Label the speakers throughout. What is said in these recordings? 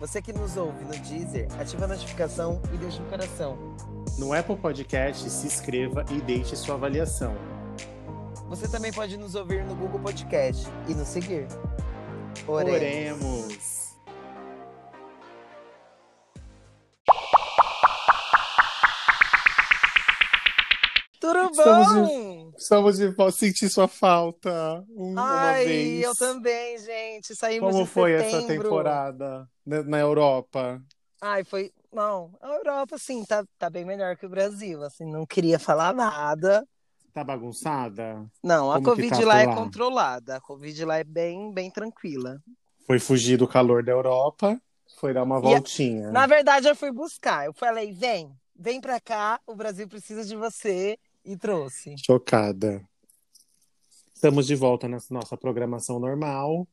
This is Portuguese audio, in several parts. Speaker 1: Você que nos ouve no Deezer, ativa a notificação e deixa um coração.
Speaker 2: No Apple Podcast, se inscreva e deixe sua avaliação.
Speaker 1: Você também pode nos ouvir no Google Podcast e nos seguir.
Speaker 2: Oremos!
Speaker 1: Tudo
Speaker 2: Estamos
Speaker 1: bom?
Speaker 2: Estamos de volta, senti sua falta um- uma
Speaker 1: Ai,
Speaker 2: vez.
Speaker 1: eu também, gente. Saímos
Speaker 2: Como
Speaker 1: de
Speaker 2: foi essa
Speaker 1: setembro.
Speaker 2: temporada na, na Europa?
Speaker 1: Ai, foi. Não, a Europa, assim, tá, tá bem melhor que o Brasil. Assim, não queria falar nada.
Speaker 2: Tá bagunçada?
Speaker 1: Não, a
Speaker 2: Como que
Speaker 1: Covid
Speaker 2: tá por
Speaker 1: lá
Speaker 2: lá?
Speaker 1: é controlada. A Covid lá é bem, bem tranquila.
Speaker 2: Foi fugir do calor da Europa, foi dar uma
Speaker 1: E a-
Speaker 2: voltinha.
Speaker 1: Na verdade, eu fui buscar. Eu falei, vem, vem pra cá, o Brasil precisa de você. E trouxe.
Speaker 2: Chocada. Estamos de volta na nossa programação normal.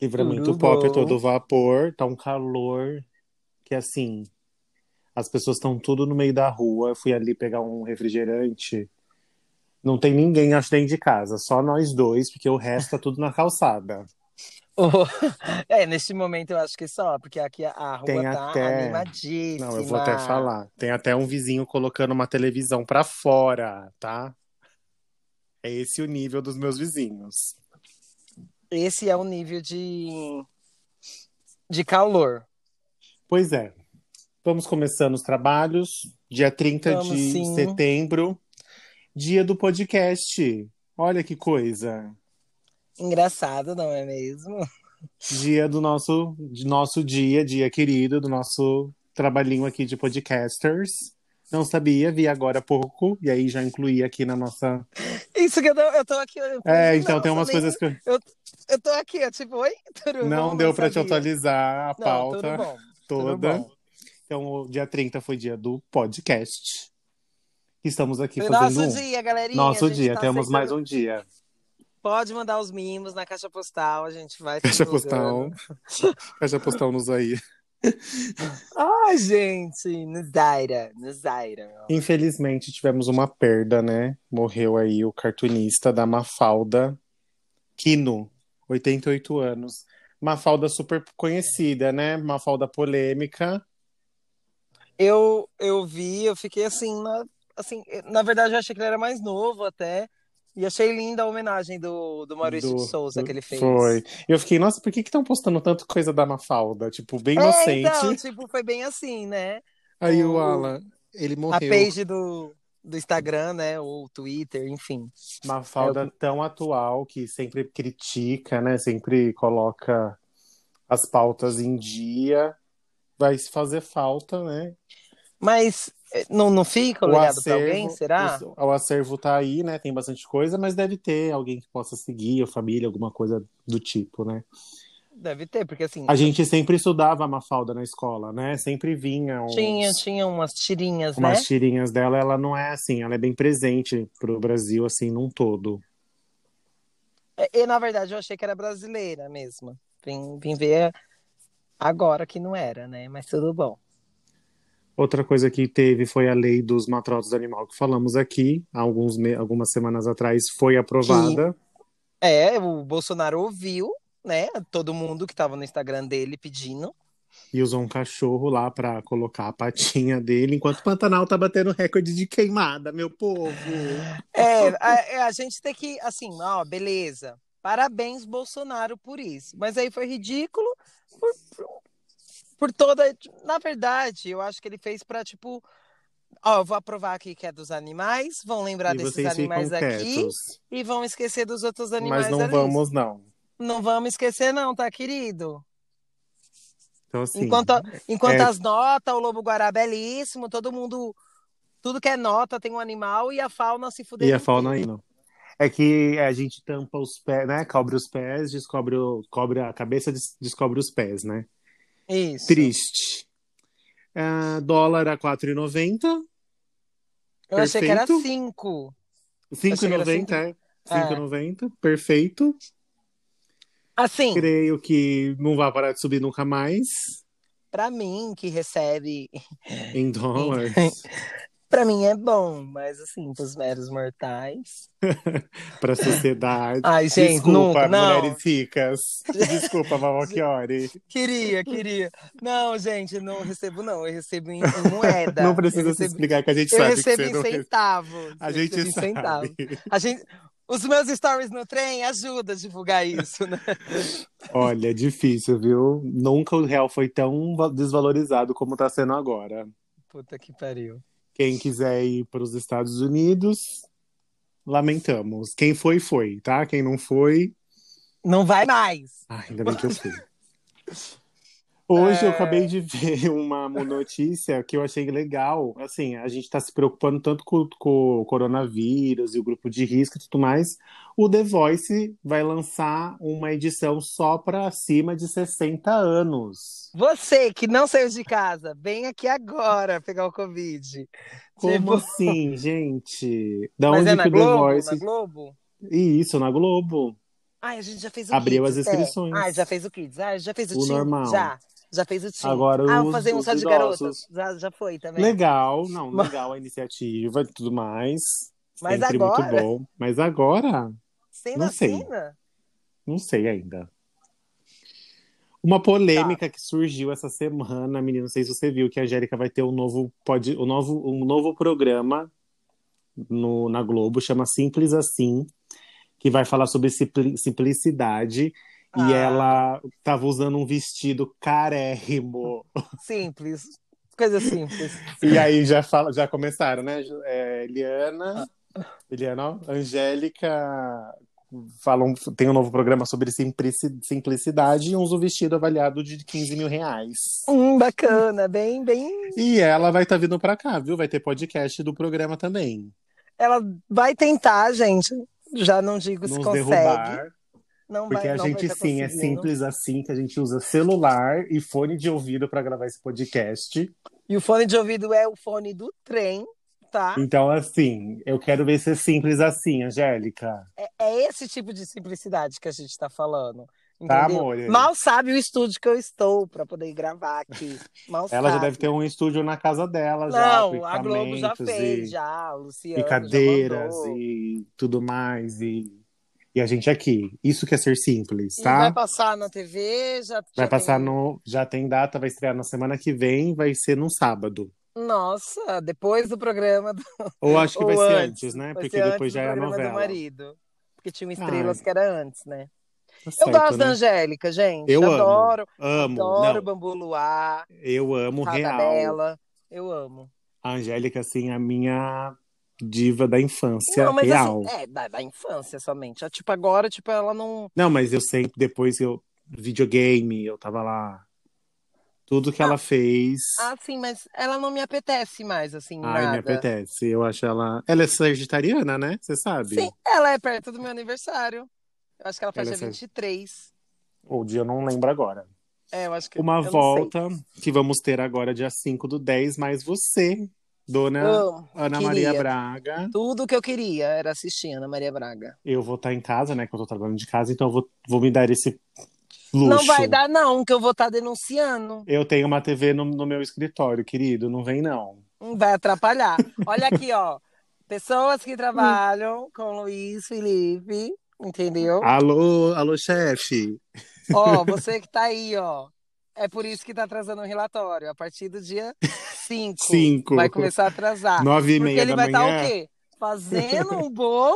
Speaker 2: Livramento
Speaker 1: Tudo
Speaker 2: pop a
Speaker 1: bom.
Speaker 2: todo vapor. Tá um calor que, assim, as pessoas estão tudo no meio da rua. Eu fui ali pegar um refrigerante. Não tem ninguém, acho, dentro de casa. Só nós dois, porque o resto tá tudo na calçada. Oh.
Speaker 1: É, neste momento eu acho que só, porque aqui a, a rua
Speaker 2: Tem
Speaker 1: tá
Speaker 2: até-
Speaker 1: animadíssima.
Speaker 2: Não, eu vou até falar. Tem até um vizinho colocando uma televisão pra fora, tá? É esse o nível dos meus vizinhos.
Speaker 1: Esse é o nível de, de calor.
Speaker 2: Pois é. Vamos começando os trabalhos. Dia 30
Speaker 1: Vamos,
Speaker 2: de
Speaker 1: sim.
Speaker 2: setembro, dia do podcast. Olha que coisa.
Speaker 1: Engraçado, não é mesmo?
Speaker 2: Dia do nosso, de nosso dia, dia querido, do nosso trabalhinho aqui de podcasters. Não sabia, vi agora há pouco, e aí já incluí aqui na nossa.
Speaker 1: Isso que eu tô, eu tô aqui. eu-
Speaker 2: É, então tem
Speaker 1: Nossa,
Speaker 2: umas
Speaker 1: nem-
Speaker 2: coisas que eu-
Speaker 1: Eu tô aqui, eu tipo, oi? Tudo
Speaker 2: não
Speaker 1: bom?
Speaker 2: deu pra te
Speaker 1: sabia.
Speaker 2: atualizar a
Speaker 1: Não,
Speaker 2: pauta
Speaker 1: tudo bom.
Speaker 2: toda.
Speaker 1: tudo bom.
Speaker 2: Então, o dia 30 foi dia do podcast. Estamos aqui
Speaker 1: Foi
Speaker 2: fazendo
Speaker 1: nosso
Speaker 2: um.
Speaker 1: dia, galerinha. a
Speaker 2: Nosso
Speaker 1: gente
Speaker 2: dia,
Speaker 1: tá
Speaker 2: temos mais
Speaker 1: aceitando-
Speaker 2: um dia.
Speaker 1: Pode mandar os mimos na caixa postal, a gente vai se
Speaker 2: Caixa
Speaker 1: divulgando.
Speaker 2: postão. Caixa postão nos aí.
Speaker 1: Ai, gente, Nuzaira, Nuzaira. meu.
Speaker 2: Infelizmente tivemos uma perda, né? Morreu aí o cartunista da Mafalda Kino, 88 anos. Mafalda super conhecida, né? Mafalda polêmica.
Speaker 1: Eu, eu vi, eu fiquei assim, na, assim, na verdade eu achei que ele era mais novo até. E achei linda a homenagem do, do Maurício
Speaker 2: Do-
Speaker 1: de Souza que ele fez.
Speaker 2: Foi. E eu fiquei, nossa, por que estão postando tanto coisa da Mafalda? Tipo, bem
Speaker 1: É,
Speaker 2: inocente.
Speaker 1: então, tipo, foi bem assim, né?
Speaker 2: Aí o
Speaker 1: o-
Speaker 2: Alan, ele
Speaker 1: A
Speaker 2: morreu.
Speaker 1: page do, do Instagram, né? Ou Twitter, enfim.
Speaker 2: Mafalda tão atual que sempre critica, né? Sempre coloca as pautas em dia. Vai se fazer falta, né?
Speaker 1: Mas eh, não, não fica ligado pra alguém, será?
Speaker 2: O, o acervo tá aí, né? Tem bastante coisa, mas deve ter alguém que possa seguir, a família, alguma coisa do tipo, né?
Speaker 1: Deve ter, porque assim,
Speaker 2: A gente sempre estudava a Mafalda na escola, né? Sempre vinha uns-
Speaker 1: tinha, tinha umas tirinhas, né?
Speaker 2: umas tirinhas dela. Ela não é assim, ela é bem presente pro Brasil, assim, num todo.
Speaker 1: E, na verdade, É, eu achei que era brasileira mesmo. Vim, vim ver agora que não era, né? Mas tudo bom.
Speaker 2: Outra coisa que teve foi a lei dos maltratos do animal, que falamos aqui há alguns me- algumas semanas atrás, foi aprovada.
Speaker 1: É, o Bolsonaro ouviu, né? Todo mundo que tava no Instagram dele pedindo.
Speaker 2: E usou um cachorro lá pra colocar a patinha dele, enquanto o Pantanal tá batendo recorde de queimada, meu povo.
Speaker 1: É, a, é, a gente tem que, assim, ó, beleza. Parabéns, Bolsonaro, por isso. Mas aí foi ridículo por, por, por toda. Na verdade, eu acho que ele fez pra, tipo. Ó, eu vou aprovar aqui que é dos animais, vão lembrar
Speaker 2: e
Speaker 1: desses
Speaker 2: vocês ficam
Speaker 1: animais aqui
Speaker 2: quietos.
Speaker 1: e vão esquecer dos outros animais
Speaker 2: Mas não
Speaker 1: ali.
Speaker 2: vamos, não.
Speaker 1: Não vamos esquecer, não, tá, querido?
Speaker 2: Então, assim,
Speaker 1: Enquanto, enquanto
Speaker 2: É.
Speaker 1: as notas, o Lobo Guará belíssimo, todo mundo. Tudo que é nota tem um animal e a fauna se fudeu.
Speaker 2: e a
Speaker 1: inteira.
Speaker 2: fauna aí, não. É que a gente tampa os pés, né? Cobre os pés, descobre o... cobre a cabeça, des- descobre os pés, né?
Speaker 1: Isso.
Speaker 2: Triste. Ah, dólar a 4,90.
Speaker 1: Eu achei que era
Speaker 2: Perfeito.
Speaker 1: 5. Achei que era
Speaker 2: 5,90, é. 5,90. Perfeito.
Speaker 1: Assim,
Speaker 2: Creio que não vai parar de subir nunca mais.
Speaker 1: pra mim que recebe, É.
Speaker 2: Em dólar.
Speaker 1: pra mim é bom, mas assim, pros meros mortais.
Speaker 2: pra sociedade.
Speaker 1: Ai, gente,
Speaker 2: Desculpa,
Speaker 1: nunca, não.
Speaker 2: mulheres ricas. Desculpa, Vavochiori.
Speaker 1: Queria, queria. Não, gente, não recebo não, eu recebo em, em moeda.
Speaker 2: Não precisa
Speaker 1: eu
Speaker 2: se
Speaker 1: recebo,
Speaker 2: explicar que a gente
Speaker 1: eu
Speaker 2: sabe que
Speaker 1: recebo
Speaker 2: você não
Speaker 1: em
Speaker 2: recebe.
Speaker 1: centavos.
Speaker 2: A
Speaker 1: eu
Speaker 2: gente
Speaker 1: recebo em centavos.
Speaker 2: sabe.
Speaker 1: A gente, os meus stories no trem ajudam a divulgar isso, né?
Speaker 2: Olha, é difícil, viu? Nunca o real foi tão va- desvalorizado como tá sendo agora.
Speaker 1: Puta que pariu.
Speaker 2: Quem quiser ir para os Estados Unidos, lamentamos. Quem foi, foi, tá? Quem não foi,
Speaker 1: Não vai mais.
Speaker 2: ai, ainda bem que eu fui. Hoje eu acabei
Speaker 1: É.
Speaker 2: de ver uma notícia que eu achei legal. Assim, a gente está se preocupando tanto com, com o coronavírus e o grupo de risco e tudo mais. O The Voice vai lançar uma edição só para acima de 60 anos.
Speaker 1: Você que não saiu de casa, vem aqui agora pegar o Covid.
Speaker 2: Como
Speaker 1: Tipo,
Speaker 2: assim, gente? Da
Speaker 1: mas
Speaker 2: onde
Speaker 1: é
Speaker 2: que
Speaker 1: na
Speaker 2: o The
Speaker 1: Globo? Na
Speaker 2: Voice.
Speaker 1: Globo?
Speaker 2: E isso, na Globo.
Speaker 1: Ai, a gente já fez o
Speaker 2: Abriu
Speaker 1: Kids.
Speaker 2: as
Speaker 1: é.
Speaker 2: inscrições.
Speaker 1: Ai, já fez o Kids. Ai, já fez o,
Speaker 2: O
Speaker 1: Tim.
Speaker 2: normal.
Speaker 1: Já. Já fez o Tim.
Speaker 2: Agora
Speaker 1: ah, vou
Speaker 2: os-
Speaker 1: fazer um
Speaker 2: os
Speaker 1: só de
Speaker 2: idosos.
Speaker 1: garotas. Já, já foi também.
Speaker 2: Legal, não,
Speaker 1: Mas-
Speaker 2: legal a iniciativa e tudo mais.
Speaker 1: Mas
Speaker 2: Sempre muito
Speaker 1: agora?
Speaker 2: bom. Mas agora,
Speaker 1: Sem
Speaker 2: Não sei.
Speaker 1: vacina?
Speaker 2: não sei ainda. Uma polêmica que surgiu essa semana, menina, não sei se você viu, que a Angélica vai ter um novo, pode, um novo, um novo programa no, na Globo, chama Simples Assim, que vai falar sobre simpli- simplicidade. E
Speaker 1: Ah,
Speaker 2: ela tava usando um vestido carérrimo.
Speaker 1: Simples. Coisa simples.
Speaker 2: E aí já, fala, já começaram, né? Ju- É, Eliana,
Speaker 1: Ah.
Speaker 2: Eliana, ó, Angélica falam, tem um novo programa sobre simplici- simplicidade e usa o vestido avaliado de 15 mil reais.
Speaker 1: Hum, bacana. Bem, bem.
Speaker 2: E ela vai estar vindo pra cá, viu? Vai ter podcast do programa também.
Speaker 1: Ela vai tentar, gente. Já não digo se
Speaker 2: Nos
Speaker 1: consegue.
Speaker 2: derrubar.
Speaker 1: Não
Speaker 2: Porque
Speaker 1: vai,
Speaker 2: a
Speaker 1: não
Speaker 2: gente
Speaker 1: vai tá
Speaker 2: sim é
Speaker 1: conseguindo.
Speaker 2: simples assim, que a gente usa celular e fone de ouvido pra gravar esse podcast.
Speaker 1: E o fone de ouvido é o fone do trem, tá?
Speaker 2: Então, assim, eu quero ver ser simples assim, Angélica.
Speaker 1: É esse tipo de simplicidade que a gente está falando.
Speaker 2: Tá,
Speaker 1: Entendeu?
Speaker 2: amor?
Speaker 1: Mal sabe o estúdio que eu estou para poder gravar aqui. Mal
Speaker 2: Ela
Speaker 1: sabe.
Speaker 2: já deve ter um estúdio na casa dela, já. com
Speaker 1: Não, a Globo já
Speaker 2: equipamentos
Speaker 1: fez,
Speaker 2: e,
Speaker 1: já, o Luciano
Speaker 2: e
Speaker 1: já
Speaker 2: cadeiras
Speaker 1: mandou.
Speaker 2: e tudo mais. E, e a gente aqui. Isso que é ser simples,
Speaker 1: E
Speaker 2: tá?
Speaker 1: vai passar na TV, já
Speaker 2: Vai
Speaker 1: já
Speaker 2: passar
Speaker 1: tem-
Speaker 2: no. Já tem data, vai estrear na semana que vem, vai ser num sábado.
Speaker 1: Nossa, depois do programa, do-
Speaker 2: Ou acho que vai
Speaker 1: Ou
Speaker 2: ser
Speaker 1: antes.
Speaker 2: antes, né?
Speaker 1: vai
Speaker 2: É, Porque
Speaker 1: ser
Speaker 2: depois
Speaker 1: antes
Speaker 2: já
Speaker 1: do
Speaker 2: é a
Speaker 1: programa do
Speaker 2: novela.
Speaker 1: marido. Porque tinha estrelas que era antes, né?
Speaker 2: Tá
Speaker 1: Eu
Speaker 2: certo,
Speaker 1: gosto da
Speaker 2: né?
Speaker 1: Angélica, gente.
Speaker 2: Eu amo,
Speaker 1: adoro,
Speaker 2: Amo.
Speaker 1: adoro
Speaker 2: Não,
Speaker 1: Bambu Luar,
Speaker 2: eu amo
Speaker 1: Fada
Speaker 2: real.
Speaker 1: Bela. Eu amo.
Speaker 2: A Angélica, assim, é a minha diva da infância
Speaker 1: não, mas
Speaker 2: real.
Speaker 1: assim, é, da, da infância somente. Ah, Tipo, agora, tipo, ela não.
Speaker 2: Não, mas eu sempre, depois eu. Videogame, eu tava lá. Tudo que
Speaker 1: Ah.
Speaker 2: ela fez.
Speaker 1: Ah, sim, mas ela não me apetece mais, assim,
Speaker 2: ai,
Speaker 1: nada.
Speaker 2: me apetece. Eu acho ela. Ela é sagitariana, né? Você sabe?
Speaker 1: Sim, ela é perto do meu aniversário. Eu acho que ela faz
Speaker 2: Ela é
Speaker 1: dia 23.
Speaker 2: O dia eu não lembro agora.
Speaker 1: É, eu acho que. eu
Speaker 2: Uma
Speaker 1: não
Speaker 2: volta que vamos ter agora, dia 5 do 10, mais você,
Speaker 1: sei.
Speaker 2: dona
Speaker 1: Eu
Speaker 2: Ana
Speaker 1: queria.
Speaker 2: Maria Braga.
Speaker 1: Tudo que eu queria era assistir Ana Maria Braga.
Speaker 2: Eu vou estar em casa, né? Que eu tô trabalhando de casa, então eu vou, vou me dar esse luxo.
Speaker 1: Não vai dar, não, que eu vou estar denunciando.
Speaker 2: Eu tenho uma TV no, no meu escritório, querido. Não vem, não.
Speaker 1: Não vai atrapalhar. Olha aqui, ó. Pessoas
Speaker 2: Hum.
Speaker 1: que trabalham com Luiz Felipe, entendeu?
Speaker 2: Alô, alô, chefe.
Speaker 1: Ó, você que tá aí, ó. É por isso que tá atrasando o relatório. A partir do dia 5.
Speaker 2: Cinco.
Speaker 1: Vai começar a atrasar.
Speaker 2: Nove e
Speaker 1: Ah, Porque
Speaker 2: meia
Speaker 1: ele
Speaker 2: da
Speaker 1: vai tá estar o
Speaker 2: manhã.
Speaker 1: quê? Fazendo um bolo,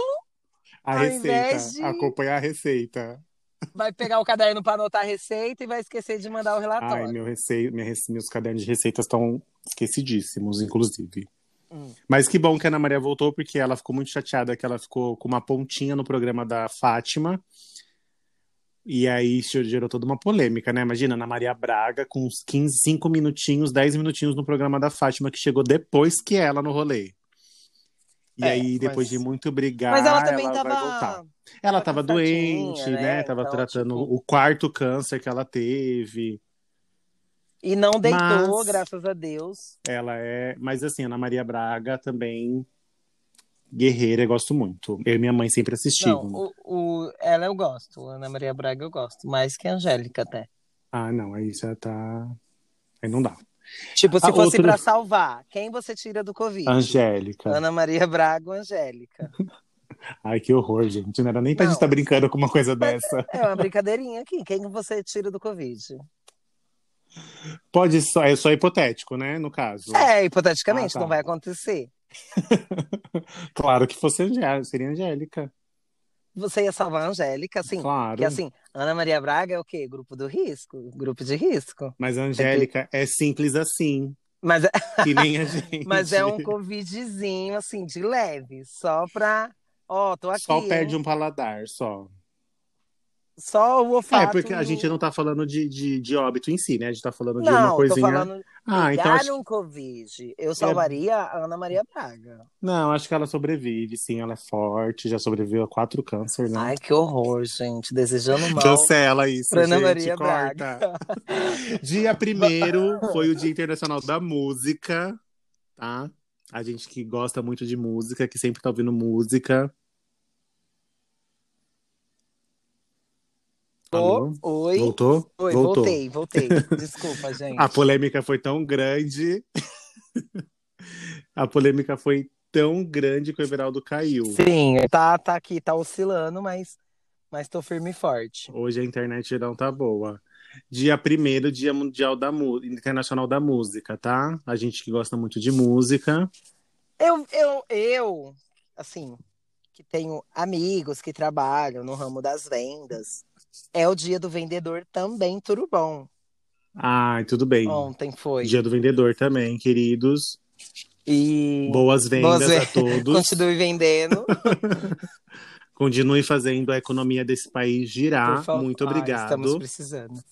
Speaker 2: A
Speaker 1: ao
Speaker 2: receita.
Speaker 1: invés de-
Speaker 2: Acompanhar a receita.
Speaker 1: vai pegar o caderno para anotar a receita e vai esquecer de mandar o
Speaker 2: Ai,
Speaker 1: relatório.
Speaker 2: meu receio, minha rece- meus cadernos de receitas estão esquecidíssimos, inclusive.
Speaker 1: Hum.
Speaker 2: Mas que bom que a Ana Maria voltou, porque ela ficou muito chateada que ela ficou com uma pontinha no programa da Fátima. E aí isso gerou toda uma polêmica, né? Imagina, Ana Maria Braga com uns 15, 5 minutinhos, 10 minutinhos no programa da Fátima, que chegou depois que ela no rolê. E
Speaker 1: É,
Speaker 2: aí, depois
Speaker 1: mas-
Speaker 2: de muito brigar,
Speaker 1: Mas ela também
Speaker 2: vai voltar.
Speaker 1: tava.
Speaker 2: Ela
Speaker 1: Tá
Speaker 2: estava
Speaker 1: cansadinha,
Speaker 2: doente,
Speaker 1: né?
Speaker 2: né? Tava
Speaker 1: Então,
Speaker 2: tratando
Speaker 1: tipo-
Speaker 2: o quarto câncer que ela teve.
Speaker 1: E não deitou,
Speaker 2: Mas-
Speaker 1: graças a Deus.
Speaker 2: Ela é. Mas assim, Ana Maria Braga também. Guerreira, eu gosto muito. Eu e minha mãe sempre assistiam.
Speaker 1: Não, o, o- ela eu gosto, Ana Maria Braga eu gosto, mais que a Angélica até.
Speaker 2: Ah, não, aí já tá. Aí não dá.
Speaker 1: Tipo, se
Speaker 2: Ah,
Speaker 1: fosse
Speaker 2: outro-
Speaker 1: pra salvar, quem você tira do Covid?
Speaker 2: Angélica.
Speaker 1: Ana Maria Braga ou Angélica?
Speaker 2: Ai, que horror, gente. Não era nem pra
Speaker 1: Não.
Speaker 2: gente estar brincando com uma coisa dessa.
Speaker 1: É uma brincadeirinha aqui, quem você tira do Covid?
Speaker 2: Pode só, é só hipotético, né? No caso.
Speaker 1: É, hipoteticamente,
Speaker 2: Ah, tá.
Speaker 1: não vai acontecer.
Speaker 2: Claro que fosse Angélica, seria Angélica.
Speaker 1: Você ia salvar a Angélica, assim.
Speaker 2: Claro.
Speaker 1: Porque assim, Ana Maria Braga é o quê? Grupo do risco? Grupo de risco.
Speaker 2: Mas a Angélica é simples assim,
Speaker 1: Mas, é,
Speaker 2: que nem a gente.
Speaker 1: mas é um Covidzinho, assim, de leve, só pra. Ó, tô aqui.
Speaker 2: Só perde
Speaker 1: hein?
Speaker 2: um paladar, só.
Speaker 1: Só o olfato.
Speaker 2: É, porque a
Speaker 1: e o-
Speaker 2: gente não tá falando de, de, de óbito em si, né? A gente tá falando de
Speaker 1: Não,
Speaker 2: uma coisinha.
Speaker 1: tô falando.
Speaker 2: Ah, então.
Speaker 1: pegar
Speaker 2: Acho... é
Speaker 1: um Covid. Eu salvaria a Ana Maria Braga.
Speaker 2: Não, acho que ela sobrevive, sim. Ela é forte, já sobreviveu a quatro câncer, né?
Speaker 1: Ai, que horror, gente. Desejando mal.
Speaker 2: Cancela isso,
Speaker 1: Pra Ana
Speaker 2: gente,
Speaker 1: Maria
Speaker 2: corta.
Speaker 1: Braga.
Speaker 2: Dia 1 foi o Dia Internacional da Música, tá? A gente que gosta muito de música, que sempre tá ouvindo música. Alô?
Speaker 1: Oi.
Speaker 2: Voltou?
Speaker 1: Oi,
Speaker 2: Voltou.
Speaker 1: voltei, voltei. Desculpa, gente.
Speaker 2: A polêmica foi tão grande. A polêmica foi tão grande que o Everaldo caiu.
Speaker 1: Sim, tá, tá aqui, tá oscilando, mas, mas tô firme e forte.
Speaker 2: Hoje a internet geral tá boa. Dia 1 Dia Mundial da Mu- Internacional da Música, tá? A gente que gosta muito de música.
Speaker 1: Eu, eu, eu, assim, que tenho amigos que trabalham no ramo das vendas, é o dia do vendedor também, tudo bom.
Speaker 2: Ai, tudo bem.
Speaker 1: Ontem foi.
Speaker 2: Dia do Vendedor também, queridos.
Speaker 1: E
Speaker 2: Boas vendas
Speaker 1: Boas
Speaker 2: a todos.
Speaker 1: continue vendendo.
Speaker 2: Continue fazendo a economia desse país girar.
Speaker 1: por favor.
Speaker 2: Tá, Muito
Speaker 1: Ah, estamos
Speaker 2: obrigado.
Speaker 1: precisando.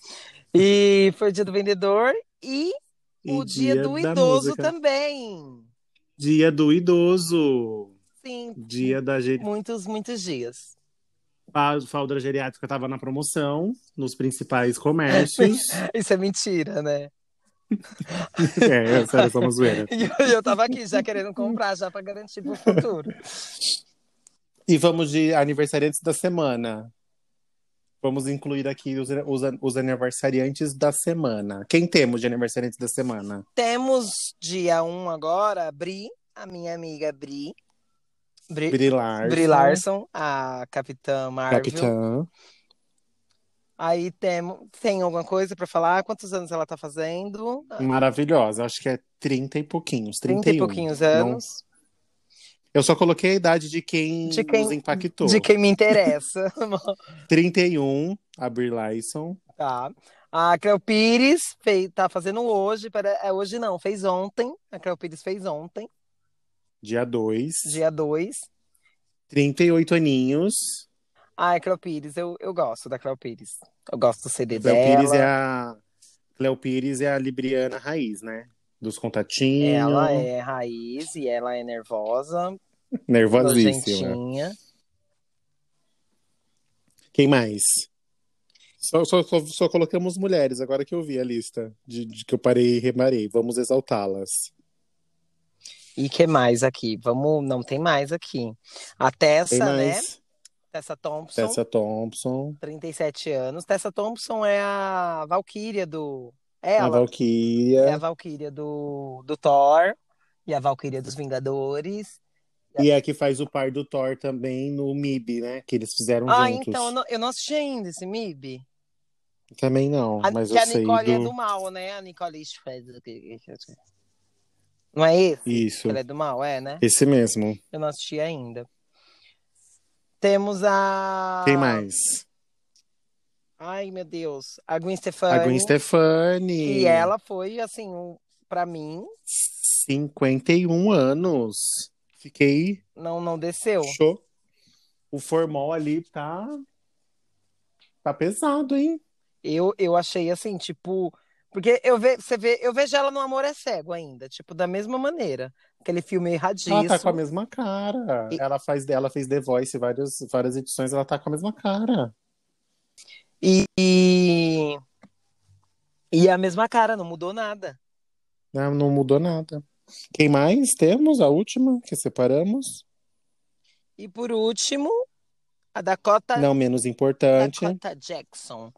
Speaker 1: E foi o dia do vendedor e
Speaker 2: E
Speaker 1: o dia, do
Speaker 2: da
Speaker 1: idoso
Speaker 2: música.
Speaker 1: também.
Speaker 2: Dia do idoso.
Speaker 1: Sim,
Speaker 2: Dia da ge...
Speaker 1: muitos, muitos dias.
Speaker 2: a fralda geriátrica estava na promoção nos principais comércios.
Speaker 1: Isso é mentira, né?
Speaker 2: é, essa era só uma zoeira.
Speaker 1: E eu- eu tava aqui já querendo comprar, já pra garantir pro futuro.
Speaker 2: E vamos de aniversariantes da semana. Vamos incluir aqui os, os, os aniversariantes da semana. Quem temos de aniversariantes da semana?
Speaker 1: Temos dia 1 agora, a Bri, a minha amiga Bri. Bri, Bri,
Speaker 2: Brilar.
Speaker 1: Larson, a Capitã Marvel.
Speaker 2: Capitã.
Speaker 1: Aí temos. Tem alguma coisa pra falar? Quantos anos ela tá fazendo?
Speaker 2: Maravilhosa. Acho que é 30 e um. pouquinhos. 31.
Speaker 1: Trinta e pouquinhos anos.
Speaker 2: Eu só coloquei a idade de quem,
Speaker 1: De quem-
Speaker 2: nos impactou.
Speaker 1: De quem me interessa.
Speaker 2: 31, a Brie Lyson.
Speaker 1: tá. A Cleo Pires fez, tá fazendo hoje. Pera, é hoje não, fez ontem. A Cleo Pires fez ontem,
Speaker 2: Dia 2.
Speaker 1: dia 2.
Speaker 2: 38 aninhos.
Speaker 1: Ai, Cleo Pires, eu, eu gosto da Cleo Pires. Eu gosto do CD
Speaker 2: Cleo
Speaker 1: dela.
Speaker 2: Pires é a. Cleo Pires é a Libriana Raiz, né? Dos contatinhos.
Speaker 1: Ela é raiz e ela é nervosa,
Speaker 2: Nervosíssima.
Speaker 1: nojentinha.
Speaker 2: Quem mais? Só, só, só, só colocamos mulheres, agora que eu vi a lista de, de que eu parei e remarei. Vamos exaltá-las.
Speaker 1: E que mais aqui? Vamos, não tem mais aqui. A Tessa,
Speaker 2: Quem
Speaker 1: né?
Speaker 2: mais?
Speaker 1: Tessa Thompson,
Speaker 2: Tessa Thompson.
Speaker 1: 37 anos. Tessa Thompson é a Valkyria do é
Speaker 2: A
Speaker 1: ela, é
Speaker 2: Valkyria.
Speaker 1: a Valkyria do do Thor e a Valkyria dos Vingadores.
Speaker 2: E é a que faz o par do Thor também no MIB, né? Que eles fizeram
Speaker 1: Ah,
Speaker 2: juntos.
Speaker 1: então eu não, eu não assisti ainda esse MIB.
Speaker 2: Também não,
Speaker 1: A-
Speaker 2: Ah, mas
Speaker 1: que
Speaker 2: eu
Speaker 1: a
Speaker 2: sei
Speaker 1: Nicole
Speaker 2: do...
Speaker 1: é do mal, né? A Nicole Schwed- Não é esse?
Speaker 2: Isso,
Speaker 1: Ela é do mal, é, né?
Speaker 2: esse mesmo.
Speaker 1: Eu não assisti ainda. Temos a.
Speaker 2: Quem mais?
Speaker 1: Ai, meu Deus. A Gwen
Speaker 2: A
Speaker 1: Stefani.
Speaker 2: Gwen Stefani.
Speaker 1: E ela foi, assim, um, pra mim,
Speaker 2: 51 anos. Fiquei
Speaker 1: não, não desceu.
Speaker 2: show. O formal ali tá... Tá pesado, hein?
Speaker 1: Eu, eu achei assim, tipo. Porque eu, ve, você vê, eu vejo ela no Amor é Cego ainda, tipo, da mesma maneira. Aquele filme erradíssimo.
Speaker 2: Ela tá com a mesma cara.
Speaker 1: E-
Speaker 2: Ela faz ela fez The Voice várias, várias edições, ela tá com a mesma cara.
Speaker 1: E, e E é a mesma cara, não mudou nada.
Speaker 2: né? Não, não mudou nada. Quem mais temos? A última que separamos.
Speaker 1: E por último, a Dakota,
Speaker 2: Não menos importante.
Speaker 1: Dakota Jackson.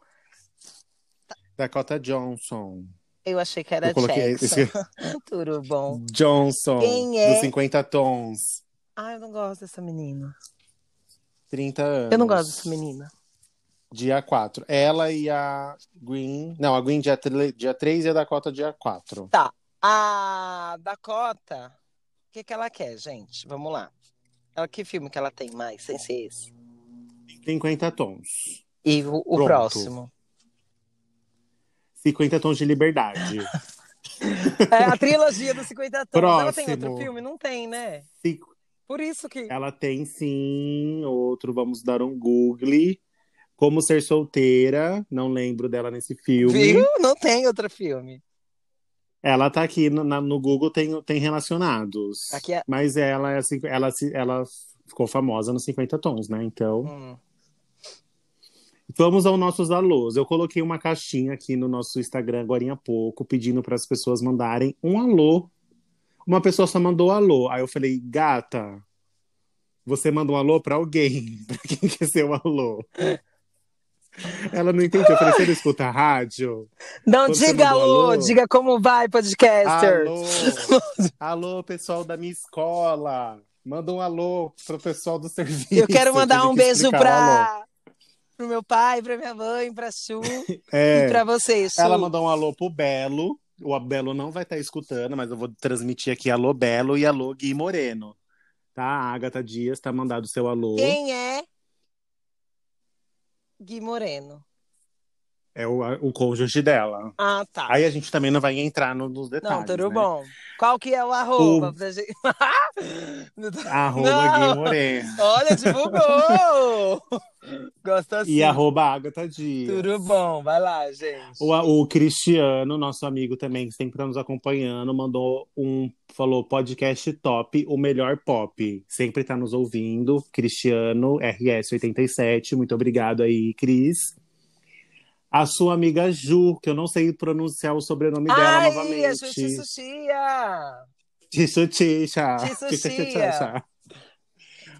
Speaker 2: Dakota Johnson.
Speaker 1: Eu achei que era
Speaker 2: Eu coloquei
Speaker 1: Jackson. Tudo bom.
Speaker 2: Johnson.
Speaker 1: Quem é?
Speaker 2: Dos 50 tons.
Speaker 1: Ai, eu não gosto dessa menina.
Speaker 2: 30 anos.
Speaker 1: Eu não gosto dessa menina.
Speaker 2: Dia 4. Ela e a Green. Não, a Green dia, tre- dia 3 e a Dakota dia 4.
Speaker 1: A Dakota, o que, que ela quer, gente? Vamos lá. Ela, que filme que ela tem mais, sem ser esse?
Speaker 2: 50 tons.
Speaker 1: E o, o
Speaker 2: Pronto.
Speaker 1: próximo.
Speaker 2: 50 tons de liberdade.
Speaker 1: É a trilogia dos 50 tons. Ela tem outro
Speaker 2: Próximo.
Speaker 1: filme? Não tem, né?
Speaker 2: Cinco-
Speaker 1: Por isso que.
Speaker 2: Ela tem sim outro, vamos dar um Google. Como ser solteira, não lembro dela nesse filme.
Speaker 1: Viu? Não tem outro filme.
Speaker 2: Ela tá aqui no, na- no Google, tem, tem relacionados.
Speaker 1: Aqui é-
Speaker 2: Mas ela, é assim- ela, se- ela ficou famosa nos 50 tons, né? Então.
Speaker 1: Hum.
Speaker 2: Vamos aos nossos alôs. Eu coloquei uma caixinha aqui no nosso Instagram agora há pouco, pedindo para as pessoas mandarem um alô. Uma pessoa só mandou alô. Aí eu falei, gata, você manda um alô para alguém. Para quem quer ser o alô. Ela não entendeu. Eu falei, você não escuta a rádio?
Speaker 1: Não
Speaker 2: Quando você
Speaker 1: diga
Speaker 2: mandou
Speaker 1: alô,
Speaker 2: alô?
Speaker 1: diga como vai, podcaster.
Speaker 2: Alô! alô, pessoal da minha escola. Manda um alô pro pessoal do serviço.
Speaker 1: Eu quero mandar
Speaker 2: Tive
Speaker 1: um
Speaker 2: que
Speaker 1: beijo
Speaker 2: explicar o alô.
Speaker 1: pra. Pro meu pai, pra minha mãe, pra Chu
Speaker 2: É.
Speaker 1: e pra vocês. Chu.
Speaker 2: Ela mandou um alô pro Belo. O Belo não vai estar escutando, mas eu vou transmitir aqui alô Belo e alô Gui Moreno. Tá? A Agatha Dias tá mandado o seu alô.
Speaker 1: Quem é Gui Moreno?
Speaker 2: É o, o cônjuge dela.
Speaker 1: Ah, tá.
Speaker 2: Aí a gente também não vai entrar no- nos detalhes.
Speaker 1: Não, tudo
Speaker 2: né?
Speaker 1: bom. Qual que é o arroba? pra gente-
Speaker 2: Arroba
Speaker 1: Não.
Speaker 2: Gui Moreno.
Speaker 1: Olha, divulgou! Gosta assim.
Speaker 2: E arroba Agatha Dias.
Speaker 1: Tudo bom, vai lá, gente.
Speaker 2: O, o Cristiano, nosso amigo também, que sempre tá nos acompanhando, mandou um. Falou podcast top, o melhor pop. Sempre tá nos ouvindo. Cristiano, RS87. Muito obrigado aí, Cris. A sua amiga Ju, que eu não sei pronunciar o sobrenome dela
Speaker 1: Ai, a
Speaker 2: novamente.
Speaker 1: Justi Sushia!
Speaker 2: Ticho Ticha.
Speaker 1: Ticho
Speaker 2: Ticho
Speaker 1: Tia.
Speaker 2: Ticha.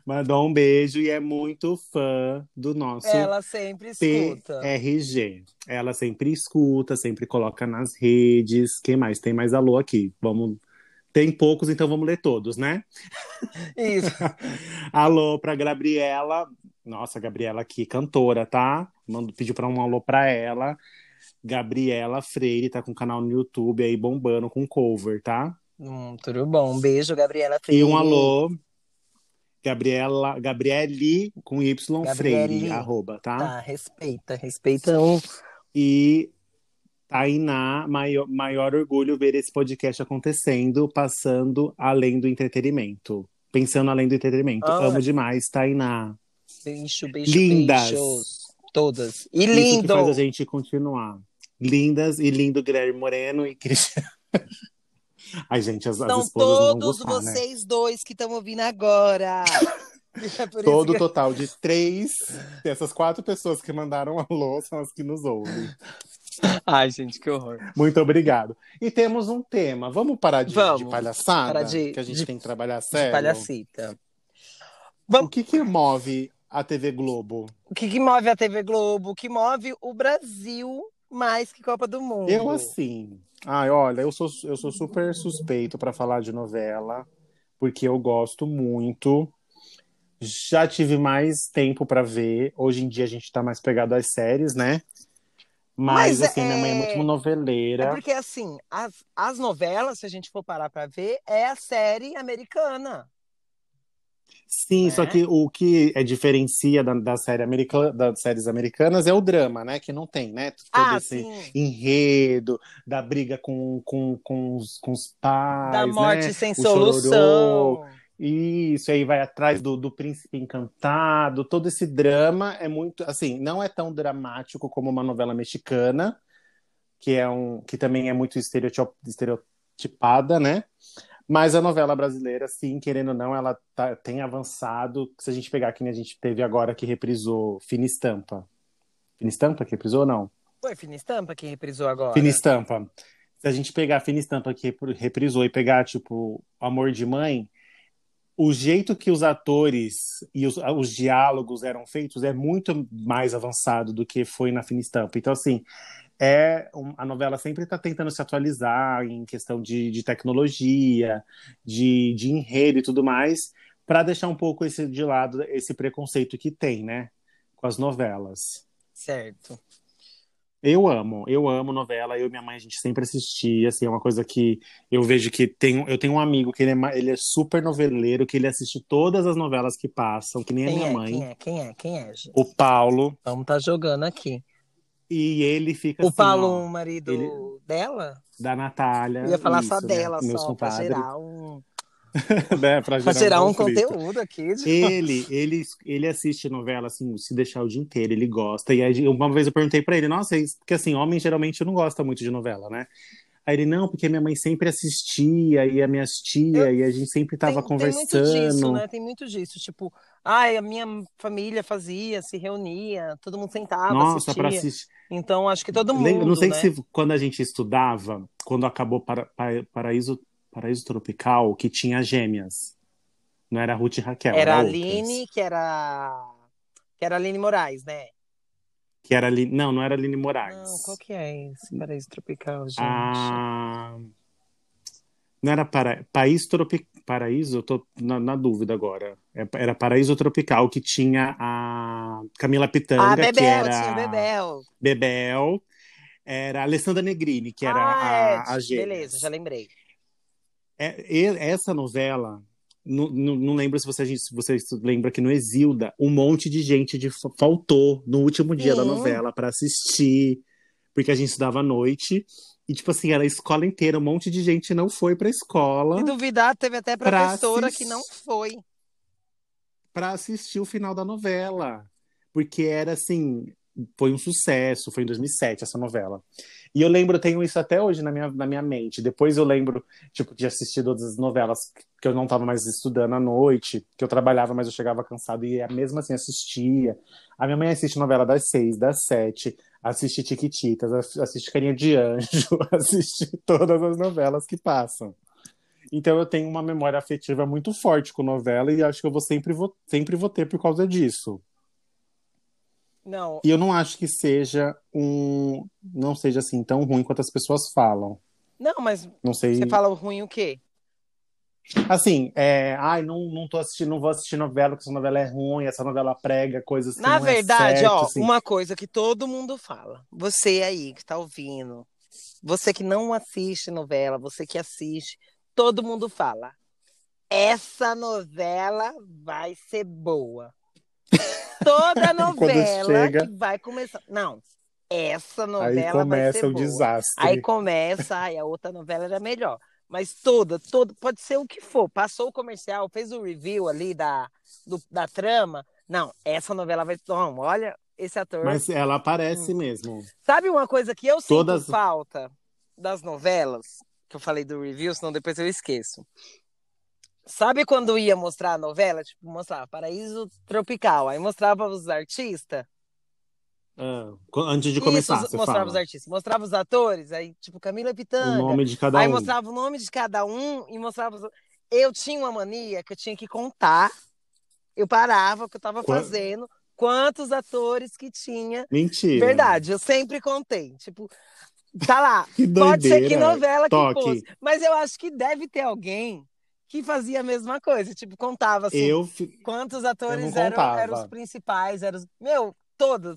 Speaker 2: Mandou um beijo e é muito fã do nosso
Speaker 1: Ela sempre escuta.
Speaker 2: PRG. Ela sempre escuta, sempre coloca nas redes. Quem mais? Tem mais alô aqui. Vamos. Tem poucos, então vamos ler todos, né?
Speaker 1: Isso.
Speaker 2: Alô pra Gabriela. Nossa, Gabriela aqui, cantora, tá? Mando, pediu pra um alô pra ela. Gabriela Freire tá com um canal no YouTube aí bombando com cover, tá?
Speaker 1: Hum, tudo bom. Um beijo, Gabriela
Speaker 2: E
Speaker 1: Freire.
Speaker 2: um alô Gabriela, Gabriele com Y
Speaker 1: Gabriele.
Speaker 2: Freire, arroba,
Speaker 1: Tá, respeita, respeita um.
Speaker 2: E Tainá, maior, maior orgulho ver esse podcast acontecendo, passando além do entretenimento. Pensando além do entretenimento.
Speaker 1: Ah,
Speaker 2: Amo
Speaker 1: é.
Speaker 2: demais, Tainá.
Speaker 1: Beijo, beijo,
Speaker 2: Lindas.
Speaker 1: beijos. Todas. E
Speaker 2: Isso que
Speaker 1: lindo!
Speaker 2: faz a gente continuar. Lindas e lindo Guilherme Moreno e Cristiano. Ai, gente, as, as
Speaker 1: São
Speaker 2: esposas não vão
Speaker 1: todos
Speaker 2: gostar, né?
Speaker 1: vocês dois que estão ouvindo agora. É por isso
Speaker 2: Todo o
Speaker 1: que-
Speaker 2: total de três dessas quatro pessoas que mandaram alô são as que nos ouvem.
Speaker 1: Ai, gente, que horror.
Speaker 2: Muito obrigado. E temos um tema. Vamos parar de, de
Speaker 1: Vamos.
Speaker 2: palhaçada?
Speaker 1: Parar de-
Speaker 2: que a gente
Speaker 1: de-
Speaker 2: tem que trabalhar
Speaker 1: De
Speaker 2: sério.
Speaker 1: palhacita.
Speaker 2: O que que move a TV Globo?
Speaker 1: O que, que move a TV Globo? O que move o Brasil mais que Copa do Mundo?
Speaker 2: Eu assim, ai, olha, eu sou, eu sou super suspeito para falar de novela, porque eu gosto muito. Já tive mais tempo para ver. Hoje em dia a gente tá mais pegado às séries, né? Mas,
Speaker 1: Mas
Speaker 2: assim,
Speaker 1: é-
Speaker 2: minha mãe é muito
Speaker 1: É
Speaker 2: noveleira.
Speaker 1: porque, assim, as, as novelas, se a gente for parar pra ver, é a série americana.
Speaker 2: Sim,
Speaker 1: É.
Speaker 2: só que o que é diferencia da, da série americana, das séries americanas é o drama, né? Que não tem, né? Todo
Speaker 1: ah,
Speaker 2: esse
Speaker 1: sim.
Speaker 2: enredo da briga com, com, com, os, com os pais,
Speaker 1: Da morte
Speaker 2: né?
Speaker 1: sem
Speaker 2: O chororô,
Speaker 1: solução.
Speaker 2: Isso, aí vai atrás do, do príncipe encantado. Todo esse drama é muito, assim, não é tão dramático como uma novela mexicana, que é um, que também é muito estereotip- estereotipada, né? Mas a novela brasileira, sim, querendo ou não, ela tá- tem avançado. Se a gente pegar quem a gente teve agora que reprisou Fina Estampa. Fina Estampa que reprisou ou não?
Speaker 1: Foi Fina Estampa que reprisou agora.
Speaker 2: Fina Estampa. Se a gente pegar a Fina Estampa que repr- reprisou e pegar, tipo, Amor de Mãe, o jeito que os atores e os, os diálogos eram feitos é muito mais avançado do que foi na Fina Estampa. Então, assim, é um- a novela sempre está tentando se atualizar em questão de, de tecnologia, de, de enredo e tudo mais, para deixar um pouco esse, de lado esse preconceito que tem, né? Com as novelas.
Speaker 1: Certo.
Speaker 2: Eu amo, eu amo novela. Eu e minha mãe, a gente sempre assistia, assim, é uma coisa que eu vejo que tem, eu tenho um amigo que ele é, ma- ele é super noveleiro, que ele assiste todas as novelas que passam, que nem a
Speaker 1: Quem
Speaker 2: minha
Speaker 1: é,
Speaker 2: mãe,
Speaker 1: quem é, quem é, quem é, gente?
Speaker 2: o Paulo,
Speaker 1: Vamos estar jogando aqui.
Speaker 2: e ele fica
Speaker 1: O
Speaker 2: assim,
Speaker 1: Paulo,
Speaker 2: ó,
Speaker 1: o marido
Speaker 2: ele-
Speaker 1: dela?
Speaker 2: da Natália,
Speaker 1: Eu ia falar só
Speaker 2: isso, né,
Speaker 1: dela,
Speaker 2: meus
Speaker 1: só, pra
Speaker 2: compadres,
Speaker 1: gerar um,
Speaker 2: né, pra
Speaker 1: pra
Speaker 2: gerar um
Speaker 1: gerar um
Speaker 2: conflito.
Speaker 1: conteúdo aqui. de-
Speaker 2: Ele, ele, ele assiste novela, assim, se deixar o dia inteiro, ele gosta. E aí, uma vez eu perguntei pra ele, nossa, isso- porque assim, homem geralmente não gosta muito de novela, né? Aí ele, não, porque minha mãe sempre assistia, e a minha tia, e a gente sempre tava
Speaker 1: tem,
Speaker 2: conversando.
Speaker 1: Tem muito disso, né? Tem muito disso. Tipo, ai, a minha família fazia, se reunia, todo mundo sentava,
Speaker 2: Nossa,
Speaker 1: assistia.
Speaker 2: pra assistir.
Speaker 1: Então, acho que todo mundo,
Speaker 2: Lembra- não sei
Speaker 1: né?
Speaker 2: se quando a gente estudava, quando acabou para, Pa- Paraíso, Paraíso Tropical, que tinha gêmeas. Não era Ruth e Raquel,
Speaker 1: Era
Speaker 2: era
Speaker 1: a
Speaker 2: outras.
Speaker 1: Aline, que era... Que era a Aline Moraes, né?
Speaker 2: Que era Aline, não, não era Aline Moraes.
Speaker 1: Não, qual que é esse Paraíso Tropical, gente?
Speaker 2: Ah, não era para, país tropi, paraíso? Eu tô na, na dúvida agora. É- Era Paraíso Tropical, que tinha a Camila Pitanga,
Speaker 1: Ah, Bebel,
Speaker 2: que era
Speaker 1: tinha Bebel.
Speaker 2: Bebel, era Alessandra Negrini, que era
Speaker 1: ah,
Speaker 2: a,
Speaker 1: é,
Speaker 2: a gêmea.
Speaker 1: beleza, já lembrei.
Speaker 2: É, e- essa novela, não, não- não lembro se você, se você lembra que no Exilda, um monte de gente de- faltou no último dia da
Speaker 1: Sim.
Speaker 2: novela pra assistir, porque a gente estudava à noite. E, tipo assim, era a escola inteira, um monte de gente não foi pra escola
Speaker 1: Se duvidar, teve até
Speaker 2: Pra
Speaker 1: professora
Speaker 2: assistir.
Speaker 1: que não foi.
Speaker 2: pra assistir o final da novela. Porque era assim, foi um sucesso, foi em 2007 essa novela. E eu lembro, eu tenho isso até hoje na minha, na minha mente. Depois eu lembro, tipo, de assistir todas as novelas que eu não tava mais estudando à noite, que eu trabalhava, mas eu chegava cansado e mesmo assim assistia. A minha mãe assiste novela das seis, das sete, assiste Tiquititas, ass- assiste Carinha de Anjo, assiste todas as novelas que passam. Então eu tenho uma memória afetiva muito forte com novela e acho que eu vou sempre, vou, sempre vou ter por causa disso.
Speaker 1: Não,
Speaker 2: E eu não acho que seja um. Não seja assim tão ruim quanto as pessoas falam.
Speaker 1: não, mas
Speaker 2: Não sei.
Speaker 1: você fala o ruim o quê?
Speaker 2: Assim, é. Ai, não, não tô assistindo, não vou assistir novela, porque essa novela é ruim, essa novela prega coisas que
Speaker 1: Na
Speaker 2: não
Speaker 1: verdade,
Speaker 2: é certo,
Speaker 1: ó,
Speaker 2: assim.
Speaker 1: uma coisa que todo mundo fala. Você aí que tá ouvindo, você que não assiste novela, você que assiste, todo mundo fala. Essa novela vai ser boa. Toda novela
Speaker 2: chega-
Speaker 1: que vai começar. Não, essa novela
Speaker 2: Aí
Speaker 1: vai ser
Speaker 2: começa o
Speaker 1: boa.
Speaker 2: desastre.
Speaker 1: Aí começa, ai, a outra novela era melhor. Mas toda, toda, pode ser o que for. Passou o comercial, fez o review ali da, do- da trama. Não, essa novela vai. Não, olha, esse ator.
Speaker 2: Mas ela aparece
Speaker 1: Hum.
Speaker 2: mesmo.
Speaker 1: Sabe uma coisa que eu sinto
Speaker 2: Todas-
Speaker 1: falta das novelas? Que eu falei do review, senão depois eu esqueço. Sabe quando ia mostrar a novela? Tipo, mostrava Paraíso Tropical. Aí mostrava os artistas.
Speaker 2: Ah, antes de começar,
Speaker 1: Isso,
Speaker 2: você
Speaker 1: mostrava
Speaker 2: fala.
Speaker 1: os artistas. Mostrava os atores. Aí, tipo, Camila
Speaker 2: O
Speaker 1: Pitanga.
Speaker 2: nome de cada
Speaker 1: Aí
Speaker 2: um.
Speaker 1: mostrava o nome de cada um e mostrava. os- Eu tinha uma mania que eu tinha que contar. Eu parava o que eu tava
Speaker 2: Qua-
Speaker 1: fazendo, quantos atores que tinha.
Speaker 2: Mentira.
Speaker 1: Verdade, eu sempre contei. Tipo, tá lá.
Speaker 2: Que doideira.
Speaker 1: Pode ser que novela
Speaker 2: Toque.
Speaker 1: que fosse. Mas eu acho que deve ter alguém que fazia a mesma coisa. Tipo, contava assim,
Speaker 2: Eu, fi-
Speaker 1: quantos atores
Speaker 2: não
Speaker 1: eram,
Speaker 2: contava.
Speaker 1: eram os principais, eram os. Meu, todos.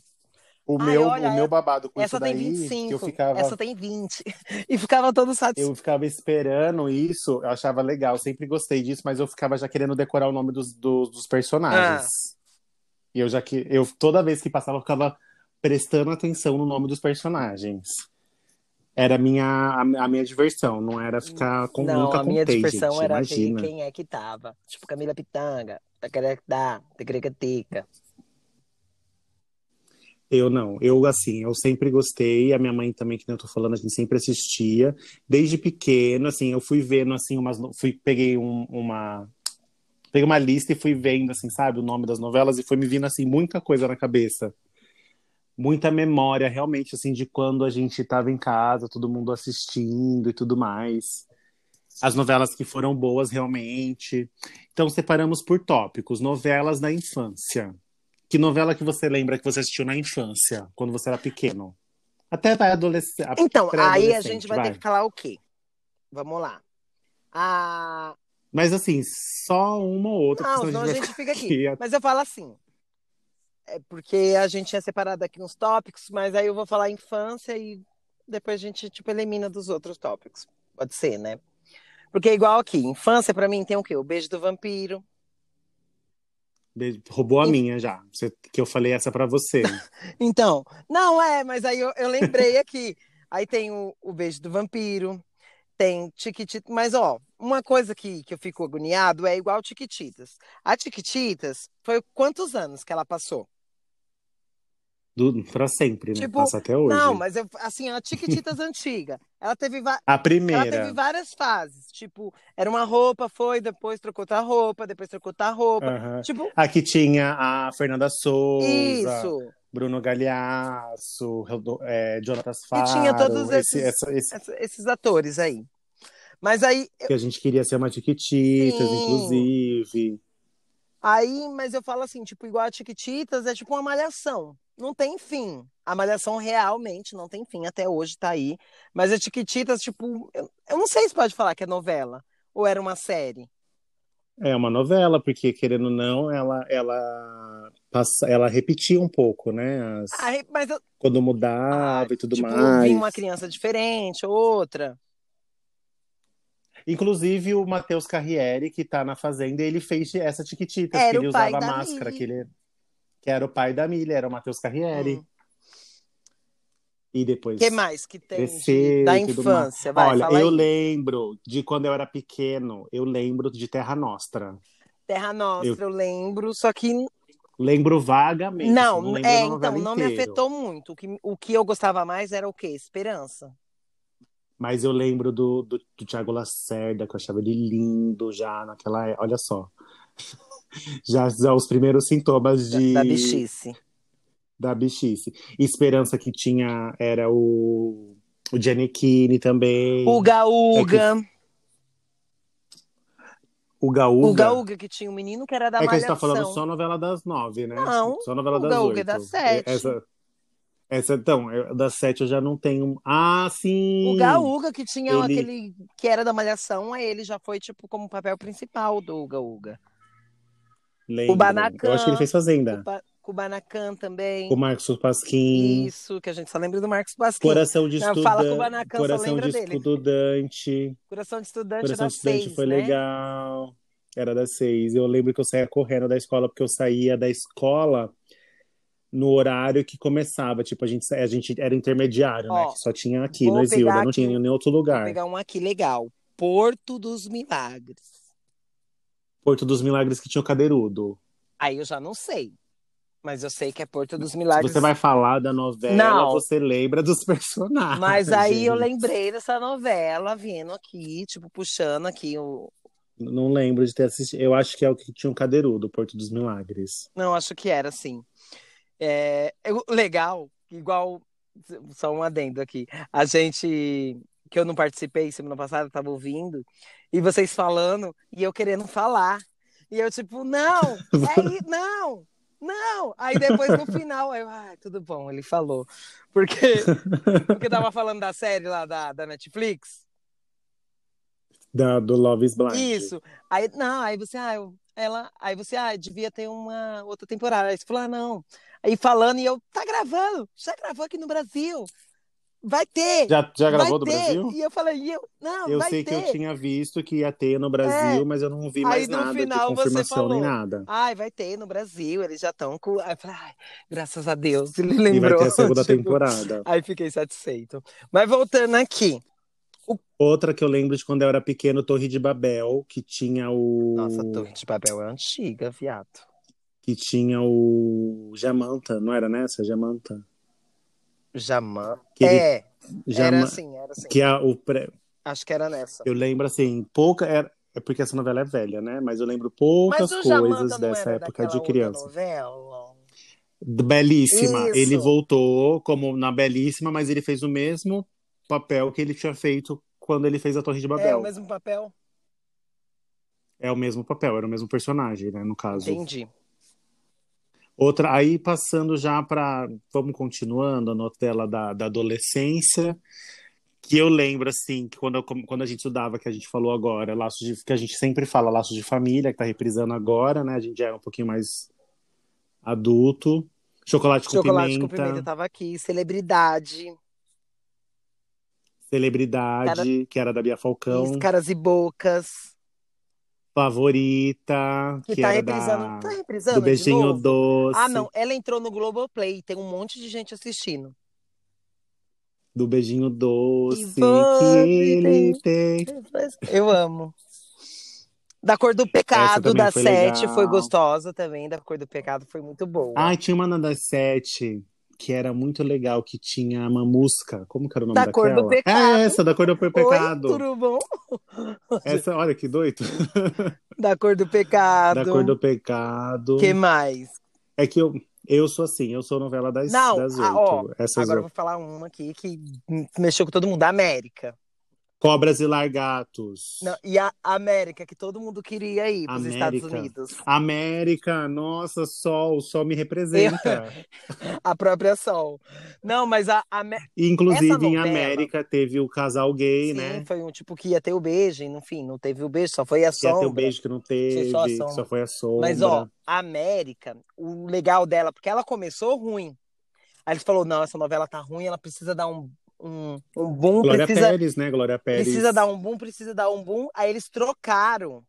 Speaker 2: o
Speaker 1: Ai,
Speaker 2: meu,
Speaker 1: olha,
Speaker 2: o meu babado com
Speaker 1: Essa
Speaker 2: isso
Speaker 1: tem
Speaker 2: daí, que eu
Speaker 1: 25,
Speaker 2: ficava,
Speaker 1: essa tem 20. E ficava todo satisfeito.
Speaker 2: eu ficava esperando isso, eu achava legal, sempre gostei disso, mas eu ficava já querendo decorar o nome dos, dos, dos personagens.
Speaker 1: Ah.
Speaker 2: E eu já que eu toda vez que passava eu ficava prestando atenção no nome dos personagens. Era a minha a, a minha diversão, não era ficar com
Speaker 1: Hum, Não,
Speaker 2: nunca
Speaker 1: a minha
Speaker 2: contei,
Speaker 1: diversão
Speaker 2: gente,
Speaker 1: era
Speaker 2: imagina.
Speaker 1: ver quem é que tava. Tipo, Camila Pitanga, Tacarecdá, Tecrecateca.
Speaker 2: Tá Eu não, eu assim, eu sempre gostei, a minha mãe também, que nem eu tô falando, a gente sempre assistia, desde pequeno, assim, eu fui vendo, assim, umas, no- fui, peguei um- uma, peguei uma lista e fui vendo, assim, sabe, o nome das novelas e foi me vindo, assim, muita coisa na cabeça. muita memória, realmente, assim, de quando a gente estava em casa, todo mundo assistindo e tudo mais. As novelas que foram boas, realmente. Então, separamos por tópicos. Novelas da infância. Que novela que você lembra que você assistiu na infância, quando você era pequeno? Até vai adolescente.
Speaker 1: Então, aí a gente vai, ter que falar o quê? Vamos lá. A...
Speaker 2: Mas assim, só uma ou outra.
Speaker 1: Não,
Speaker 2: porque
Speaker 1: senão
Speaker 2: senão
Speaker 1: a gente fica aqui. Mas eu falo assim. É porque a gente tinha separado aqui uns tópicos, mas aí eu vou falar infância e depois a gente, tipo, elimina dos outros tópicos. Pode ser, né? Porque é igual aqui, infância pra mim tem o quê? O beijo do vampiro.
Speaker 2: Beijo, Roubou a minha já. Você- que eu falei essa pra você.
Speaker 1: Então, não é, mas aí eu, eu lembrei aqui. Aí tem o, o beijo do vampiro, tem Tiquititas. Mas, ó, uma coisa que, que eu fico agoniado é igual Tiquititas. A Tiquititas foi quantos anos que ela passou?
Speaker 2: Do, pra sempre, né?
Speaker 1: Tipo,
Speaker 2: Passa até hoje.
Speaker 1: Não, mas eu- assim, a Tiquititas antiga. Ela teve, va-
Speaker 2: A
Speaker 1: ela
Speaker 2: primeira.
Speaker 1: teve várias fases. Tipo, era uma roupa, foi, depois trocou outra roupa, depois trocou outra roupa.
Speaker 2: Aham.
Speaker 1: Tipo,
Speaker 2: Aqui tinha a Fernanda Souza,
Speaker 1: isso.
Speaker 2: Bruno Galhaço, Rodo- é, Jonatas
Speaker 1: E
Speaker 2: Faro.
Speaker 1: tinha todos
Speaker 2: esse-
Speaker 1: esses-
Speaker 2: essa- esse
Speaker 1: Essa- Esses atores aí. Mas aí,
Speaker 2: que a gente queria ser uma Tiquititas,
Speaker 1: Sim.
Speaker 2: inclusive.
Speaker 1: aí, mas eu falo assim, tipo, igual a Tiquititas, é tipo uma malhação. Não tem fim. A malhação realmente não tem fim, até hoje tá aí. Mas a Tiquititas, tipo, eu, eu não sei se pode falar que é novela ou era uma série.
Speaker 2: É uma novela, porque querendo ou não, ela, ela, passa, ela repetia um pouco, né? As-
Speaker 1: Aí, Ah, mas eu,
Speaker 2: quando mudava
Speaker 1: Ah,
Speaker 2: e tudo
Speaker 1: tipo,
Speaker 2: mais.
Speaker 1: vinha uma criança diferente, outra.
Speaker 2: Inclusive o Matheus Carriere, que tá na Fazenda, ele fez essa Tiquititas,
Speaker 1: Era
Speaker 2: que ele
Speaker 1: o pai
Speaker 2: usava
Speaker 1: da
Speaker 2: máscara,
Speaker 1: Milly.
Speaker 2: que, ele, que era o pai da Milha, era o Matheus Carriere.
Speaker 1: Hum.
Speaker 2: E depois.
Speaker 1: O Hum. que mais que tem de-
Speaker 2: cresceu
Speaker 1: da
Speaker 2: e tudo
Speaker 1: infância? Vai,
Speaker 2: Olha,
Speaker 1: fala
Speaker 2: eu
Speaker 1: aí.
Speaker 2: lembro de quando eu era pequeno, eu lembro de Terra Nostra.
Speaker 1: Terra Nostra, eu... lembro, só que
Speaker 2: Lembro vagamente.
Speaker 1: não,
Speaker 2: assim, lembro
Speaker 1: é,
Speaker 2: da
Speaker 1: então,
Speaker 2: novela
Speaker 1: não me
Speaker 2: inteira.
Speaker 1: afetou muito. O que, o que eu gostava mais era o quê? Esperança.
Speaker 2: Mas eu lembro do, do, do Tiago Lacerda, que eu achava ele lindo já naquela época. Olha só. Já, já os primeiros sintomas
Speaker 1: da-
Speaker 2: de,
Speaker 1: Da bichice.
Speaker 2: da bichice. Esperança que tinha era o, o Giannichini também.
Speaker 1: Uga
Speaker 2: É
Speaker 1: Uga.
Speaker 2: O Gaúga.
Speaker 1: Uga Uga, que tinha um menino que era da
Speaker 2: É que a gente
Speaker 1: Malhação.
Speaker 2: tá falando só novela das nove, né?
Speaker 1: Não,
Speaker 2: Só novela
Speaker 1: o
Speaker 2: das
Speaker 1: Gaúga
Speaker 2: oito.
Speaker 1: é das sete.
Speaker 2: Essa, essa, então, eu- das sete eu já não tenho. Ah, sim!
Speaker 1: O Gaúga, que tinha
Speaker 2: Ele-
Speaker 1: aquele que era da Malhação, aí ele já foi, tipo, como papel principal do Uga Uga.
Speaker 2: Lembro.
Speaker 1: o Banacan.
Speaker 2: Eu acho que ele fez Fazenda.
Speaker 1: Cuba- Kubanacan também.
Speaker 2: O Marcos Pasquim.
Speaker 1: Isso, que a gente só lembra do Marcos Basquim.
Speaker 2: um Coração de
Speaker 1: Não, fala com o
Speaker 2: estudante.
Speaker 1: Banacan, só
Speaker 2: Coração
Speaker 1: lembra
Speaker 2: de
Speaker 1: dele.
Speaker 2: estudante.
Speaker 1: Coração de Estudante
Speaker 2: Coração
Speaker 1: da
Speaker 2: de estudante
Speaker 1: seis,
Speaker 2: foi
Speaker 1: né?
Speaker 2: legal. Era das seis. Eu lembro que eu saía correndo da escola, porque eu saía da escola no horário que começava. Tipo, a gente, sa- a gente era intermediário, né?
Speaker 1: Ó,
Speaker 2: Que só tinha aqui,
Speaker 1: vou
Speaker 2: no
Speaker 1: pegar
Speaker 2: Isilda. Não
Speaker 1: aqui
Speaker 2: tinha
Speaker 1: um-
Speaker 2: em nenhum outro
Speaker 1: Vou
Speaker 2: lugar.
Speaker 1: pegar um aqui legal. Porto dos Milagres.
Speaker 2: Porto dos Milagres que tinha o Cadeirudo.
Speaker 1: Aí eu já não sei, mas eu sei que é Porto dos
Speaker 2: Se
Speaker 1: Milagres.
Speaker 2: você vai falar da novela,
Speaker 1: Não.
Speaker 2: você lembra dos personagens.
Speaker 1: Mas aí eu lembrei dessa novela, vindo aqui, tipo, puxando aqui o.
Speaker 2: Não lembro de ter assistido. Eu acho que é o que tinha o Cadeirudo, Porto dos Milagres.
Speaker 1: Não, acho que era assim. É, eu- legal, igual. Só um adendo aqui. A gente. Que eu não participei semana passada, estava ouvindo, e vocês falando, e eu querendo falar. E eu, tipo, não, é i- não, não. Aí depois no final, eu, ai, tudo bom, ele falou. Porque, porque tava falando da série lá da, da Netflix.
Speaker 2: Da, do Love is Blind.
Speaker 1: Isso. Aí, não, aí você, ah, eu- ela, aí você, ah, devia ter uma outra temporada. Aí você falou, ah, não. Aí falando, e eu, tá gravando, já gravou aqui no Brasil. Vai ter.
Speaker 2: Já, já gravou
Speaker 1: vai
Speaker 2: do
Speaker 1: ter.
Speaker 2: Brasil?
Speaker 1: E eu falei, e eu, não,
Speaker 2: Eu
Speaker 1: vai
Speaker 2: sei
Speaker 1: ter. É.
Speaker 2: que eu tinha visto que ia ter no Brasil, mas eu não vi
Speaker 1: Aí
Speaker 2: mais
Speaker 1: no
Speaker 2: nada
Speaker 1: final
Speaker 2: de
Speaker 1: você
Speaker 2: confirmação nem
Speaker 1: falou.
Speaker 2: nada.
Speaker 1: Ai, vai ter no Brasil, eles já estão com. Aí eu falei, ai, graças a Deus, ele
Speaker 2: E vai
Speaker 1: lembrou.
Speaker 2: ter a segunda
Speaker 1: Tipo,
Speaker 2: temporada.
Speaker 1: Aí fiquei satisfeito. Mas voltando aqui.
Speaker 2: Outra que eu lembro de quando eu era pequeno, Torre de Babel, que tinha o.
Speaker 1: Nossa, a Torre de Babel é antiga, viado.
Speaker 2: Que tinha o. Jamanta, não era nessa? Jamanta.
Speaker 1: Jamã.
Speaker 2: Que ele-
Speaker 1: É,
Speaker 2: Jama-
Speaker 1: era assim, era assim.
Speaker 2: Que a, o pré-
Speaker 1: Acho que era nessa.
Speaker 2: Eu lembro assim, pouca. Era... É porque essa novela é velha, né? Mas eu lembro poucas
Speaker 1: Mas o Jamanta
Speaker 2: coisas
Speaker 1: não
Speaker 2: dessa
Speaker 1: era
Speaker 2: época
Speaker 1: daquela
Speaker 2: de
Speaker 1: outra
Speaker 2: criança.
Speaker 1: novela?
Speaker 2: Belíssima.
Speaker 1: Isso.
Speaker 2: Ele voltou como na Belíssima, mas ele fez o mesmo papel que ele tinha feito quando ele fez a Torre de
Speaker 1: É o
Speaker 2: Babel.
Speaker 1: mesmo papel?
Speaker 2: É o mesmo papel, era o mesmo personagem, né, no caso.
Speaker 1: Entendi.
Speaker 2: Outra, aí passando já para, vamos continuando, a novela da, da adolescência, que eu lembro, assim, que quando, eu com- quando a gente estudava, que a gente falou agora, laços de, que a gente sempre fala, laços de família, que tá reprisando agora, né, a gente já é um pouquinho mais adulto, Chocolate,
Speaker 1: Chocolate
Speaker 2: com, pimenta,
Speaker 1: com pimenta tava aqui, celebridade,
Speaker 2: Celebridade, que era da Bia Falcão,
Speaker 1: isso, caras e bocas.
Speaker 2: Favorita,
Speaker 1: Que,
Speaker 2: que,
Speaker 1: tá
Speaker 2: era
Speaker 1: reprisando.
Speaker 2: da,
Speaker 1: Tá reprisando
Speaker 2: do Beijinho
Speaker 1: de novo?
Speaker 2: Doce,
Speaker 1: Ah, não. Ela entrou no Globoplay. Tem um monte de gente assistindo.
Speaker 2: do Beijinho Doce,
Speaker 1: você
Speaker 2: que ele tem...
Speaker 1: Eu amo. Da Cor do Pecado,
Speaker 2: também
Speaker 1: da
Speaker 2: foi
Speaker 1: Sete,
Speaker 2: legal.
Speaker 1: foi gostosa também. Da Cor do Pecado foi muito boa.
Speaker 2: Ah, e tinha uma na das sete que era muito legal, que tinha a mamusca. Como que era o nome
Speaker 1: Da
Speaker 2: daquela?
Speaker 1: Cor do Pecado.
Speaker 2: É essa, da cor do
Speaker 1: Oi,
Speaker 2: pecado.
Speaker 1: tudo bom?
Speaker 2: essa, olha que doido.
Speaker 1: Da Cor do Pecado.
Speaker 2: Da cor do pecado.
Speaker 1: que mais?
Speaker 2: É que eu, eu sou assim, eu sou novela das,
Speaker 1: Não,
Speaker 2: das
Speaker 1: ah, ó,
Speaker 2: oito. Essas
Speaker 1: Agora eu
Speaker 2: oito.
Speaker 1: vou falar uma aqui que mexeu com todo mundo. A América.
Speaker 2: Cobras e Largatos.
Speaker 1: Não, e a América, que todo mundo queria ir para os Estados
Speaker 2: América.
Speaker 1: Unidos.
Speaker 2: América, nossa, sol, sol me representa.
Speaker 1: A própria Sol. Não, mas a, a, Amé-
Speaker 2: E, Inclusive,
Speaker 1: Essa
Speaker 2: em
Speaker 1: novela-
Speaker 2: América teve o casal gay,
Speaker 1: Sim,
Speaker 2: né?
Speaker 1: foi um tipo que ia ter o beijo, e, enfim, não teve o beijo, só foi a
Speaker 2: Que ia ter
Speaker 1: sombra.
Speaker 2: o beijo né? que não teve,
Speaker 1: só a
Speaker 2: que
Speaker 1: sombra.
Speaker 2: só foi a sombra.
Speaker 1: Mas, ó, a América, o legal dela, porque ela começou ruim. Aí eles falou, não, essa novela tá ruim, ela precisa dar um, um, um boom,
Speaker 2: Glória
Speaker 1: precisa,
Speaker 2: Pérez, né? Glória Pérez.
Speaker 1: precisa dar um boom, precisa dar um boom. Aí eles trocaram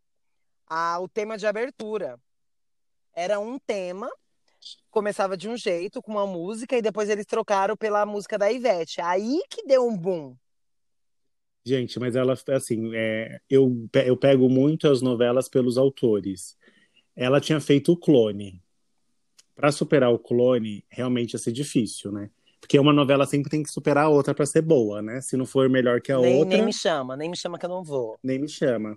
Speaker 1: a, o tema de abertura. Era um tema, começava de um jeito, com uma música, e depois eles trocaram pela música da Ivete. Aí que deu um boom.
Speaker 2: Gente, mas ela, assim, é, eu, pe- eu pego muito as novelas pelos autores. Ela tinha feito o clone. Para superar o clone, realmente ia ser difícil, né? Porque uma novela sempre tem que superar a outra para ser boa, né? Se não for melhor que a
Speaker 1: nem,
Speaker 2: outra,
Speaker 1: nem me chama, nem me chama que eu não vou.
Speaker 2: chama.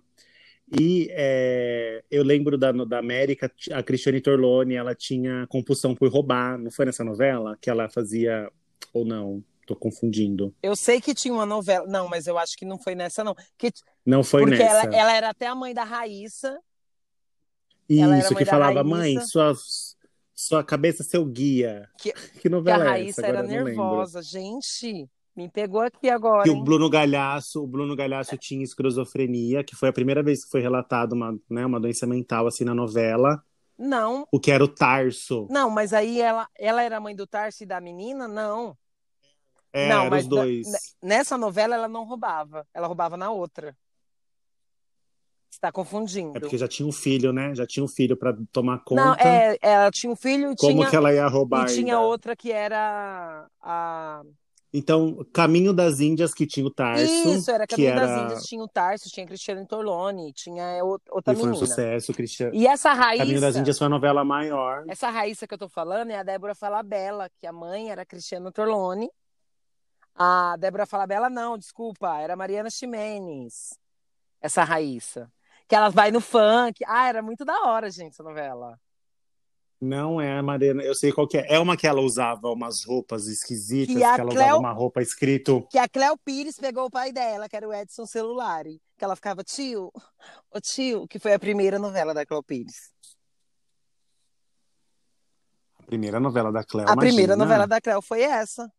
Speaker 2: E é, eu lembro da, da América, a Cristiane Torlone, ela tinha compulsão por roubar. Não foi nessa novela que ela fazia, ou não? Tô confundindo.
Speaker 1: Eu sei que tinha uma novela. Não, mas eu acho que não foi nessa, não. Que-
Speaker 2: Não foi
Speaker 1: porque
Speaker 2: nessa.
Speaker 1: ela, ela era até a mãe da Raíssa. Ela era
Speaker 2: Isso,
Speaker 1: mãe
Speaker 2: que
Speaker 1: da
Speaker 2: falava,
Speaker 1: Raíssa.
Speaker 2: mãe, sua, sua cabeça, seu guia.
Speaker 1: Que-
Speaker 2: Que,
Speaker 1: Que a
Speaker 2: novela é
Speaker 1: Raíssa
Speaker 2: essa? Agora
Speaker 1: era
Speaker 2: eu não lembro.
Speaker 1: nervosa. Gente, me pegou aqui agora.
Speaker 2: Que o
Speaker 1: hein?
Speaker 2: Bruno Galhaço, o Bruno Galhaço tinha esquizofrenia, que foi a primeira vez que foi relatado uma, né, uma doença mental assim na novela.
Speaker 1: Não,
Speaker 2: O que era o Tarso.
Speaker 1: não, mas aí ela, ela era mãe do Tarso e da menina? Não.
Speaker 2: É,
Speaker 1: Não,
Speaker 2: eram
Speaker 1: mas
Speaker 2: os
Speaker 1: na-
Speaker 2: dois.
Speaker 1: Nessa novela ela não roubava. Ela roubava na outra. Você tá confundindo.
Speaker 2: É porque já tinha um filho, né? Já tinha um filho pra tomar conta.
Speaker 1: Não, é, ela tinha um filho e
Speaker 2: Como
Speaker 1: tinha,
Speaker 2: que ela é ia
Speaker 1: e
Speaker 2: roubar
Speaker 1: tinha
Speaker 2: ainda?
Speaker 1: outra que era a.
Speaker 2: Então, Caminho das Índias, que tinha o Tarso,
Speaker 1: Isso, era
Speaker 2: que
Speaker 1: Caminho das
Speaker 2: era...
Speaker 1: Índias, tinha o Tarso, tinha a Cristiane Torlone, tinha é, o- outra
Speaker 2: Que foi um
Speaker 1: menina.
Speaker 2: sucesso, Cristiano.
Speaker 1: e essa Raíssa,
Speaker 2: Caminho das Índias foi a novela maior.
Speaker 1: essa Raíssa que eu tô falando é a Débora Falabella, que a mãe era a Cristiana Torlone. A Débora Falabella não, desculpa, era a Mariana Ximenes. Essa Raíssa. Que ela vai no funk. Ah, era muito da hora, gente, essa novela.
Speaker 2: Não é a Mariana, eu sei qual que é. É uma que ela usava umas roupas esquisitas,
Speaker 1: Que
Speaker 2: que,
Speaker 1: a
Speaker 2: ela
Speaker 1: Cleo-
Speaker 2: usava uma roupa escrito.
Speaker 1: Que a Cléo Pires pegou o pai dela, que era o Edson Celulari. Que ela ficava, tio, ô tio, que foi a primeira novela da Cléo Pires.
Speaker 2: A primeira novela da Cleo,
Speaker 1: a primeira
Speaker 2: imagina,
Speaker 1: novela da Cléo foi essa.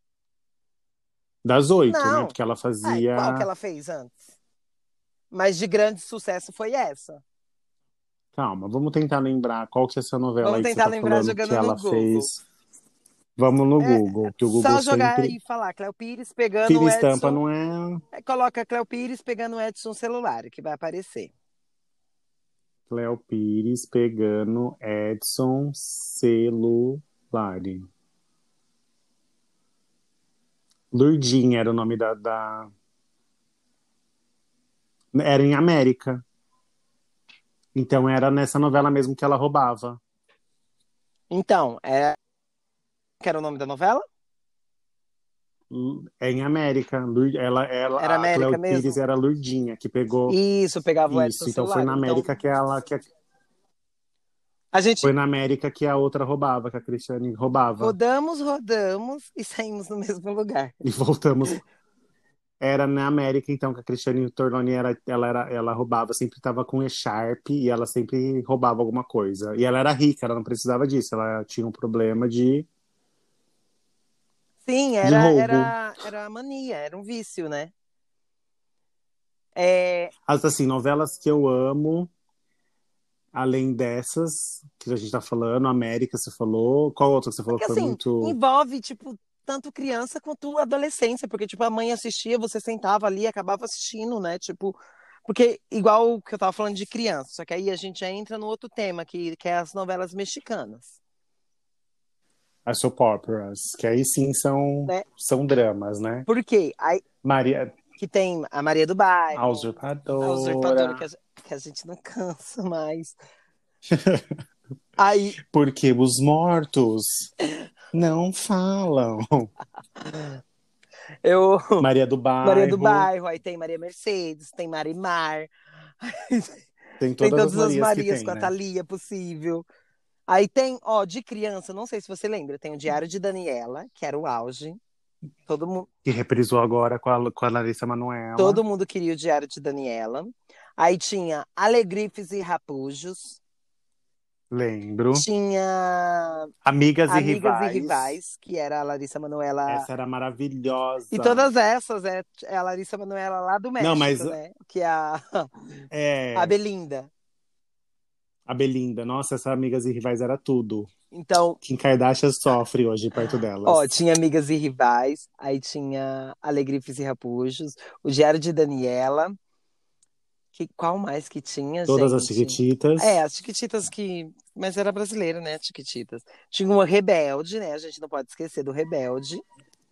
Speaker 2: das oito,
Speaker 1: Não.
Speaker 2: né? Porque ela
Speaker 1: Ah,
Speaker 2: fazia.
Speaker 1: qual que ela fez antes? Mas de grande sucesso foi essa.
Speaker 2: Calma, vamos tentar lembrar qual que é essa novela
Speaker 1: Vamos
Speaker 2: aí que você
Speaker 1: tentar
Speaker 2: tá
Speaker 1: lembrar
Speaker 2: falando
Speaker 1: jogando
Speaker 2: que
Speaker 1: no
Speaker 2: ela
Speaker 1: Google.
Speaker 2: fez. Vamos no
Speaker 1: É,
Speaker 2: Google, que o Google
Speaker 1: Só jogar
Speaker 2: sempre.
Speaker 1: e falar, Cléo Pires pegando
Speaker 2: Tira
Speaker 1: o
Speaker 2: e
Speaker 1: Edson.
Speaker 2: estampa, não é
Speaker 1: É, Coloca Cléo Pires pegando o Edson celular, que vai aparecer.
Speaker 2: Cleo Pires pegando Edson celular. Lurdinha era o nome da- da... Era em América. Então era nessa novela mesmo que ela roubava.
Speaker 1: Então, é. Que era o nome da novela?
Speaker 2: É em América. Lur- Ela, ela,
Speaker 1: Era
Speaker 2: a
Speaker 1: América
Speaker 2: Cleo
Speaker 1: mesmo?
Speaker 2: Pires era a Lurdinha, que pegou
Speaker 1: Isso, pegava o Edson
Speaker 2: Oh, isso. Então
Speaker 1: celular.
Speaker 2: foi na América que ela. Que...
Speaker 1: A gente
Speaker 2: Foi na América que a outra roubava, que a Cristiane roubava.
Speaker 1: rodamos, rodamos e saímos no mesmo lugar.
Speaker 2: E voltamos. Era na América, então, que a Cristiane Torloni era, ela, era, ela roubava, sempre tava com echarp e ela sempre roubava alguma coisa. E ela era rica, ela não precisava disso, ela tinha um problema de.
Speaker 1: Sim, era,
Speaker 2: roubo.
Speaker 1: era, era a mania, era um vício, né? É,
Speaker 2: As, assim, novelas que eu amo, além dessas que a gente tá falando, América, você falou. Qual outra que você falou
Speaker 1: Porque,
Speaker 2: que foi
Speaker 1: assim,
Speaker 2: muito.
Speaker 1: envolve, tipo, tanto criança quanto adolescência, porque, tipo, a mãe assistia, você sentava ali, acabava assistindo, né? Tipo, porque, igual o que eu tava falando de criança, só que aí a gente já entra no outro tema, que, que é as novelas mexicanas.
Speaker 2: As soap operas, que aí sim são,
Speaker 1: Né?
Speaker 2: são dramas, né?
Speaker 1: Por quê? Aí,
Speaker 2: Maria,
Speaker 1: que tem a Maria do Bairro,
Speaker 2: a usurpadora.
Speaker 1: a usurpadora, que a, que a gente não cansa mais. aí,
Speaker 2: Porque os mortos não falam.
Speaker 1: eu...
Speaker 2: Maria do Bairro.
Speaker 1: Maria do Bairro, aí tem Maria Mercedes, tem Marimar,
Speaker 2: Tem
Speaker 1: Tem
Speaker 2: todas,
Speaker 1: todas as
Speaker 2: Marias, que
Speaker 1: Marias
Speaker 2: tem,
Speaker 1: com a
Speaker 2: né?
Speaker 1: Thalia possível. Aí tem, ó, de criança, não sei se você lembra, tem o Diário de Daniela, que era o auge. Todo, mu-
Speaker 2: Que reprisou agora com a, com a Larissa Manoela.
Speaker 1: todo mundo queria o Diário de Daniela. Aí tinha Alegrifes e Rapujos,
Speaker 2: Lembro.
Speaker 1: tinha
Speaker 2: Amigas, e,
Speaker 1: Amigas
Speaker 2: rivais.
Speaker 1: e Rivais, que era a Larissa Manoela.
Speaker 2: Essa era maravilhosa.
Speaker 1: E todas essas é, é a Larissa Manoela lá do México,
Speaker 2: Não, mas-
Speaker 1: né? Que é a,
Speaker 2: É,
Speaker 1: a Belinda.
Speaker 2: a Belinda. Nossa, essa Amigas e Rivais era tudo.
Speaker 1: Então,
Speaker 2: Kim Kardashian sofre hoje perto delas.
Speaker 1: Ó, tinha Amigas e Rivais, aí tinha Alegrifes e Rapujos, o Diário de Daniela. Que, qual mais que tinha,
Speaker 2: todas as
Speaker 1: gente?
Speaker 2: chiquititas.
Speaker 1: É, as Chiquititas que... Mas era brasileiro, né, Chiquititas. Tinha uma Rebelde, né, a gente não pode esquecer do Rebelde.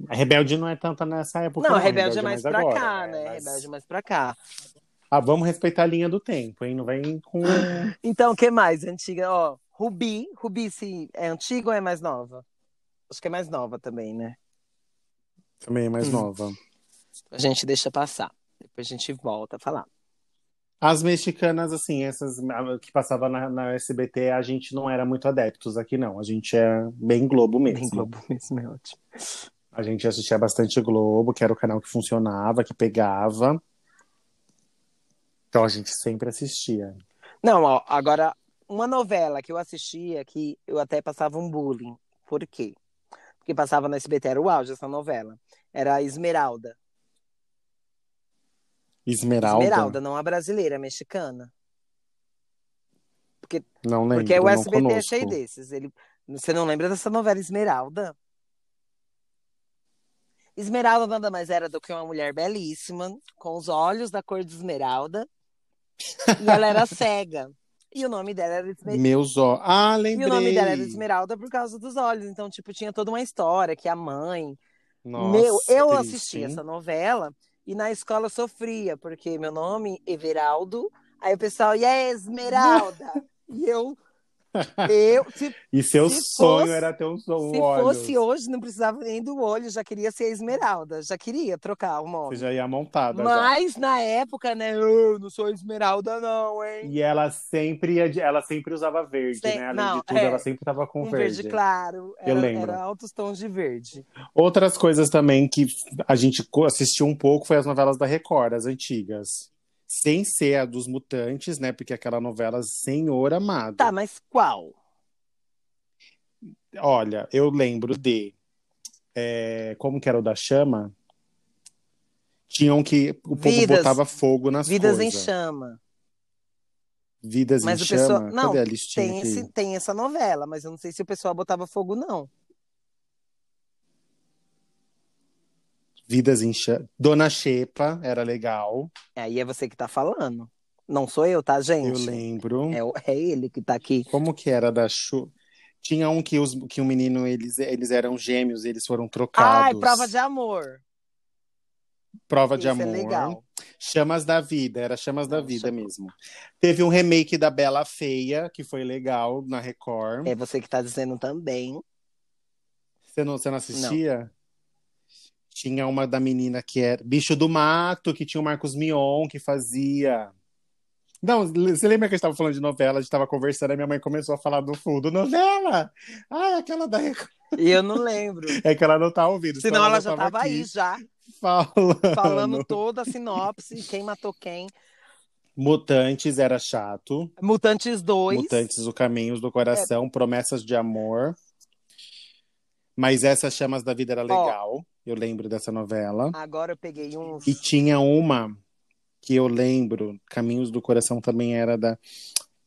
Speaker 2: A Rebelde não é tanta nessa época.
Speaker 1: não, Rebelde é mais pra
Speaker 2: agora,
Speaker 1: cá, né,
Speaker 2: Mas-
Speaker 1: Rebelde é mais pra cá.
Speaker 2: Ah, vamos respeitar a linha do tempo, hein? Não vem com.
Speaker 1: Então, o que mais? Antiga, ó, Rubi. Rubi se é antiga ou é mais nova? Acho que é mais nova também, né?
Speaker 2: Também é mais
Speaker 1: Hum.
Speaker 2: nova.
Speaker 1: A gente deixa passar. Depois a gente volta a falar.
Speaker 2: As mexicanas, assim, essas que passavam na, na SBT, a gente não era muito adeptos aqui, não. A gente é bem Globo mesmo.
Speaker 1: Bem Globo mesmo, é ótimo.
Speaker 2: A gente assistia bastante Globo, que era o canal que funcionava, que pegava. Então a gente sempre assistia.
Speaker 1: Não, ó, agora, uma novela que eu assistia que eu até passava um bullying. Por quê? Porque passava no SBT, era o auge essa novela. Era a Esmeralda.
Speaker 2: Esmeralda?
Speaker 1: não a brasileira, a mexicana.
Speaker 2: Não lembro,
Speaker 1: Porque o
Speaker 2: não
Speaker 1: SBT é
Speaker 2: conosco.
Speaker 1: cheio desses. Ele... Você não lembra dessa novela Esmeralda? Esmeralda nada mais era do que uma mulher belíssima, com os olhos da cor de esmeralda. E ela era cega. E o nome dela era Esmeralda.
Speaker 2: Meus olhos. Ah,
Speaker 1: E
Speaker 2: lembrei!
Speaker 1: o nome dela era Esmeralda por causa dos olhos. Então, tipo, tinha toda uma história que a mãe.
Speaker 2: Nossa,
Speaker 1: meu, eu
Speaker 2: triste,
Speaker 1: assisti
Speaker 2: hein?
Speaker 1: essa novela e na escola eu sofria, porque meu nome, Everaldo. Aí o pessoal, e é Esmeralda? e eu. Eu, se,
Speaker 2: E seu
Speaker 1: Se
Speaker 2: sonho
Speaker 1: fosse-
Speaker 2: era ter um sonho.
Speaker 1: se fosse hoje, não precisava nem do olho, já queria ser Esmeralda, já queria trocar o
Speaker 2: Você
Speaker 1: nome.
Speaker 2: já ia montada. já.
Speaker 1: Mas na época, né? Eu não sou Esmeralda, não, hein?
Speaker 2: E ela sempre, ia de- ela sempre usava verde,
Speaker 1: Sem-
Speaker 2: né? Além
Speaker 1: não,
Speaker 2: de tudo,
Speaker 1: é.
Speaker 2: ela sempre tava com
Speaker 1: Um
Speaker 2: verde.
Speaker 1: verde claro, era,
Speaker 2: lembro.
Speaker 1: era altos tons de verde.
Speaker 2: Outras coisas também que a gente co- assistiu um pouco foi as novelas da Record, as antigas. Sem ser a dos Mutantes, né? Porque aquela novela Senhor Amado.
Speaker 1: Tá, mas qual?
Speaker 2: Olha, eu lembro de. é, como que era o da Chama? Tinham que. O povo
Speaker 1: Vidas.
Speaker 2: botava fogo nas
Speaker 1: Vidas em
Speaker 2: coisas.
Speaker 1: Chama.
Speaker 2: Vidas
Speaker 1: Mas
Speaker 2: em
Speaker 1: o
Speaker 2: Chama.
Speaker 1: pessoal- não,
Speaker 2: Cadê a listinha
Speaker 1: Tem,
Speaker 2: aqui?
Speaker 1: esse- tem essa novela, mas eu não sei se o pessoal botava fogo, não.
Speaker 2: Vidas em Chama. Dona Xepa era legal.
Speaker 1: Aí é você que tá falando. Não sou eu, tá,
Speaker 2: Eu
Speaker 1: gente?
Speaker 2: lembro.
Speaker 1: É, o- é ele que tá aqui.
Speaker 2: Como que era da Chu? Tinha um que, os, que o menino, eles, eles eram gêmeos, eles foram trocados.
Speaker 1: Ai, prova de amor.
Speaker 2: Prova de
Speaker 1: Isso
Speaker 2: amor.
Speaker 1: é legal.
Speaker 2: Chamas da Vida, era Chamas da
Speaker 1: Não,
Speaker 2: Vida
Speaker 1: chama-
Speaker 2: mesmo. Teve um remake da Bela Feia, que foi legal, na Record.
Speaker 1: É você que tá dizendo também.
Speaker 2: Você, não, você não assistia? Tinha uma é da menina que era Bicho do Mato, que tinha o Marcos Mion, que fazia. Não, você lembra que a gente tava falando de novela, a gente tava conversando, aí minha mãe começou a falar do fundo, novela! Ah, aquela da Record.
Speaker 1: E eu não lembro. Ah,
Speaker 2: É que ela não tá ouvindo.
Speaker 1: Senão ela já tava aí, já,
Speaker 2: Falando.
Speaker 1: falando toda a sinopse, quem matou quem.
Speaker 2: Mutantes era chato.
Speaker 1: Mutantes 2.
Speaker 2: Mutantes, o Caminhos do Coração,
Speaker 1: É.
Speaker 2: Promessas de Amor. Mas essas Chamas da Vida era legal. Eu lembro dessa novela.
Speaker 1: Agora eu peguei um. uns.
Speaker 2: E tinha uma que eu lembro, Caminhos do Coração também era da.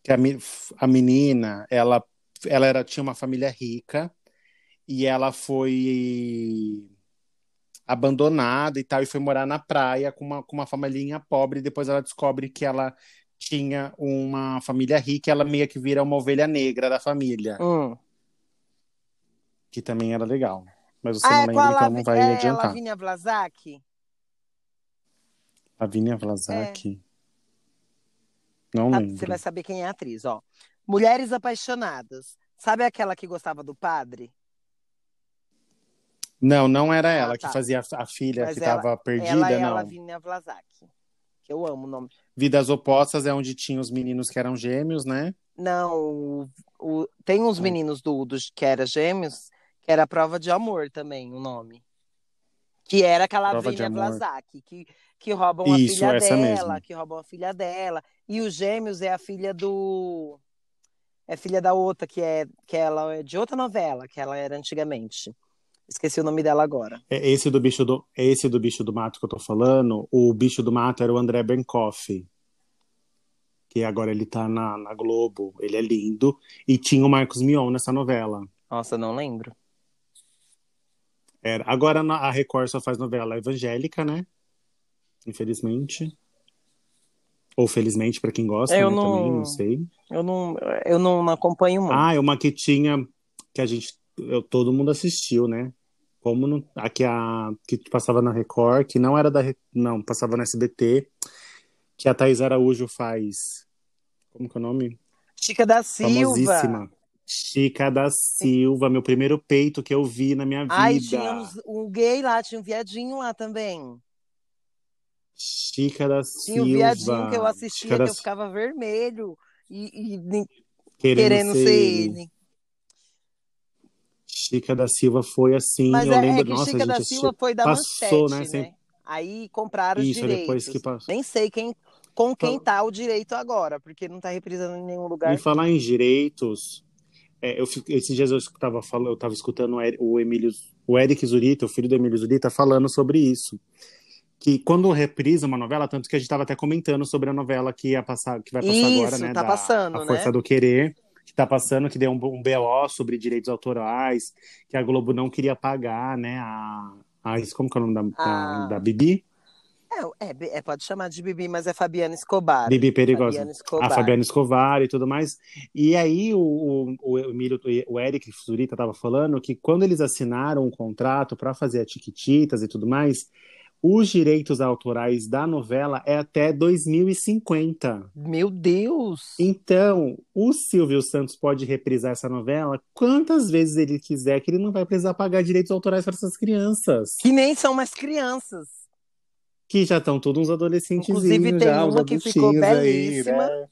Speaker 2: Que a, me- a menina, ela, ela era, tinha uma família rica e ela foi abandonada e tal, e foi morar na praia com uma, com uma familhinha pobre. E depois ela descobre que ela tinha uma família rica e ela meio que vira uma ovelha negra da família,
Speaker 1: Hum.
Speaker 2: que também era legal. Mas você
Speaker 1: Ah,
Speaker 2: não
Speaker 1: é com a
Speaker 2: lembra, então
Speaker 1: Lavi-
Speaker 2: não vai
Speaker 1: é,
Speaker 2: adiantar.
Speaker 1: Lavínia Vlasak?
Speaker 2: Lavínia Vlasak. Não
Speaker 1: É. Tá,
Speaker 2: lembro.
Speaker 1: Você vai saber quem é a atriz, ó. Mulheres Apaixonadas. Sabe aquela que gostava do padre?
Speaker 2: Não, não era
Speaker 1: Ah,
Speaker 2: ela
Speaker 1: tá.
Speaker 2: que fazia a filha
Speaker 1: Mas
Speaker 2: que
Speaker 1: ela-
Speaker 2: estava
Speaker 1: ela
Speaker 2: perdida,
Speaker 1: é a
Speaker 2: não.
Speaker 1: Lavínia Vlasak. Que eu amo o nome.
Speaker 2: Vidas Opostas é onde tinha os meninos que eram gêmeos, né?
Speaker 1: Não, o- o- tem uns
Speaker 2: Ai.
Speaker 1: meninos do, do que era gêmeos, que era prova de amor também, o nome. Que era aquela
Speaker 2: Prova de
Speaker 1: Lavínia
Speaker 2: Amor.
Speaker 1: Vlasak, que, que roubam a
Speaker 2: Isso,
Speaker 1: filha
Speaker 2: essa
Speaker 1: dela,
Speaker 2: mesmo.
Speaker 1: que roubam a filha dela. E os gêmeos é a filha do. É filha da outra, que é que ela é de outra novela, que ela era antigamente. Esqueci o nome dela agora.
Speaker 2: É Esse do bicho do, é esse do bicho do mato que eu tô falando, o bicho do mato era o André Benkoff. Que agora ele tá na, na Globo, ele é lindo. E tinha o Marcos Mion nessa novela.
Speaker 1: Nossa, não lembro.
Speaker 2: Era- Agora na- a Record só faz novela evangélica, né? Infelizmente. Ou felizmente, pra quem gosta,
Speaker 1: Eu
Speaker 2: né?
Speaker 1: não-
Speaker 2: Também, não sei.
Speaker 1: Eu não, eu não, não acompanho muito.
Speaker 2: Ah, é uma que tinha que a gente eu- todo mundo assistiu, né? Como não, a que a que passava na Record, que não era da Re- não, passava na SBT, que a Thaís Araújo faz. Como que é o nome?
Speaker 1: Chica da Silva.
Speaker 2: Famosíssima. Chica da Silva, meu primeiro peito que eu vi na minha vida.
Speaker 1: Ai, tinha uns- um gay lá, tinha um viadinho lá também.
Speaker 2: Chica da
Speaker 1: Tinha
Speaker 2: Silva.
Speaker 1: um viadinho que eu assistia,
Speaker 2: Chica da
Speaker 1: que eu ficava vermelho e, e nem-
Speaker 2: querendo,
Speaker 1: querendo ser ele.
Speaker 2: Chica da Silva foi assim,
Speaker 1: Mas
Speaker 2: eu
Speaker 1: é, é
Speaker 2: lembro,
Speaker 1: que
Speaker 2: nossa,
Speaker 1: Chica
Speaker 2: a gente
Speaker 1: da
Speaker 2: assistiu.
Speaker 1: Silva foi da
Speaker 2: Passou, né,
Speaker 1: manchete, né?
Speaker 2: sempre.
Speaker 1: Aí compraram os
Speaker 2: Isso, é
Speaker 1: direitos.
Speaker 2: depois que passou.
Speaker 1: Nem sei quem, com quem
Speaker 2: Então-
Speaker 1: tá o direito agora, porque não tá reprisando em nenhum lugar.
Speaker 2: Em falar em direitos, é, eu, fico- esses dias eu estava falando, eu estava escutando o Eri- o Emílio, o Eric Zurita, o filho do Emílio Zurita, falando sobre isso. Que quando reprisa uma novela, tanto que a gente estava até comentando sobre a novela que ia passar, que vai passar
Speaker 1: Isso,
Speaker 2: agora, né?
Speaker 1: tá passando,
Speaker 2: A Força
Speaker 1: né?
Speaker 2: do Querer, que tá passando, que deu um, um BO sobre direitos autorais, que a Globo não queria pagar, né? A, a como que é o nome da, da,
Speaker 1: A-
Speaker 2: da Bibi?
Speaker 1: É, é, é, pode chamar de Bibi, mas é Fabiana Escobar.
Speaker 2: Bibi Perigosa.
Speaker 1: Fabiana
Speaker 2: a
Speaker 1: Escobar.
Speaker 2: Fabiana Escovar e tudo mais. E aí o, o, o Emílio, o Eric Zurita estava falando que quando eles assinaram um contrato para fazer a Tiquititas e tudo mais, os direitos autorais da novela é até 2050.
Speaker 1: Meu Deus!
Speaker 2: Então, o Silvio Santos pode reprisar essa novela quantas vezes ele quiser, que ele não vai precisar pagar direitos autorais para essas crianças,
Speaker 1: Que nem são mais crianças.
Speaker 2: que já estão todos uns adolescentezinhos,
Speaker 1: Inclusive, tem
Speaker 2: já, uns
Speaker 1: uma que ficou
Speaker 2: adultinhos aí,
Speaker 1: belíssima.
Speaker 2: né?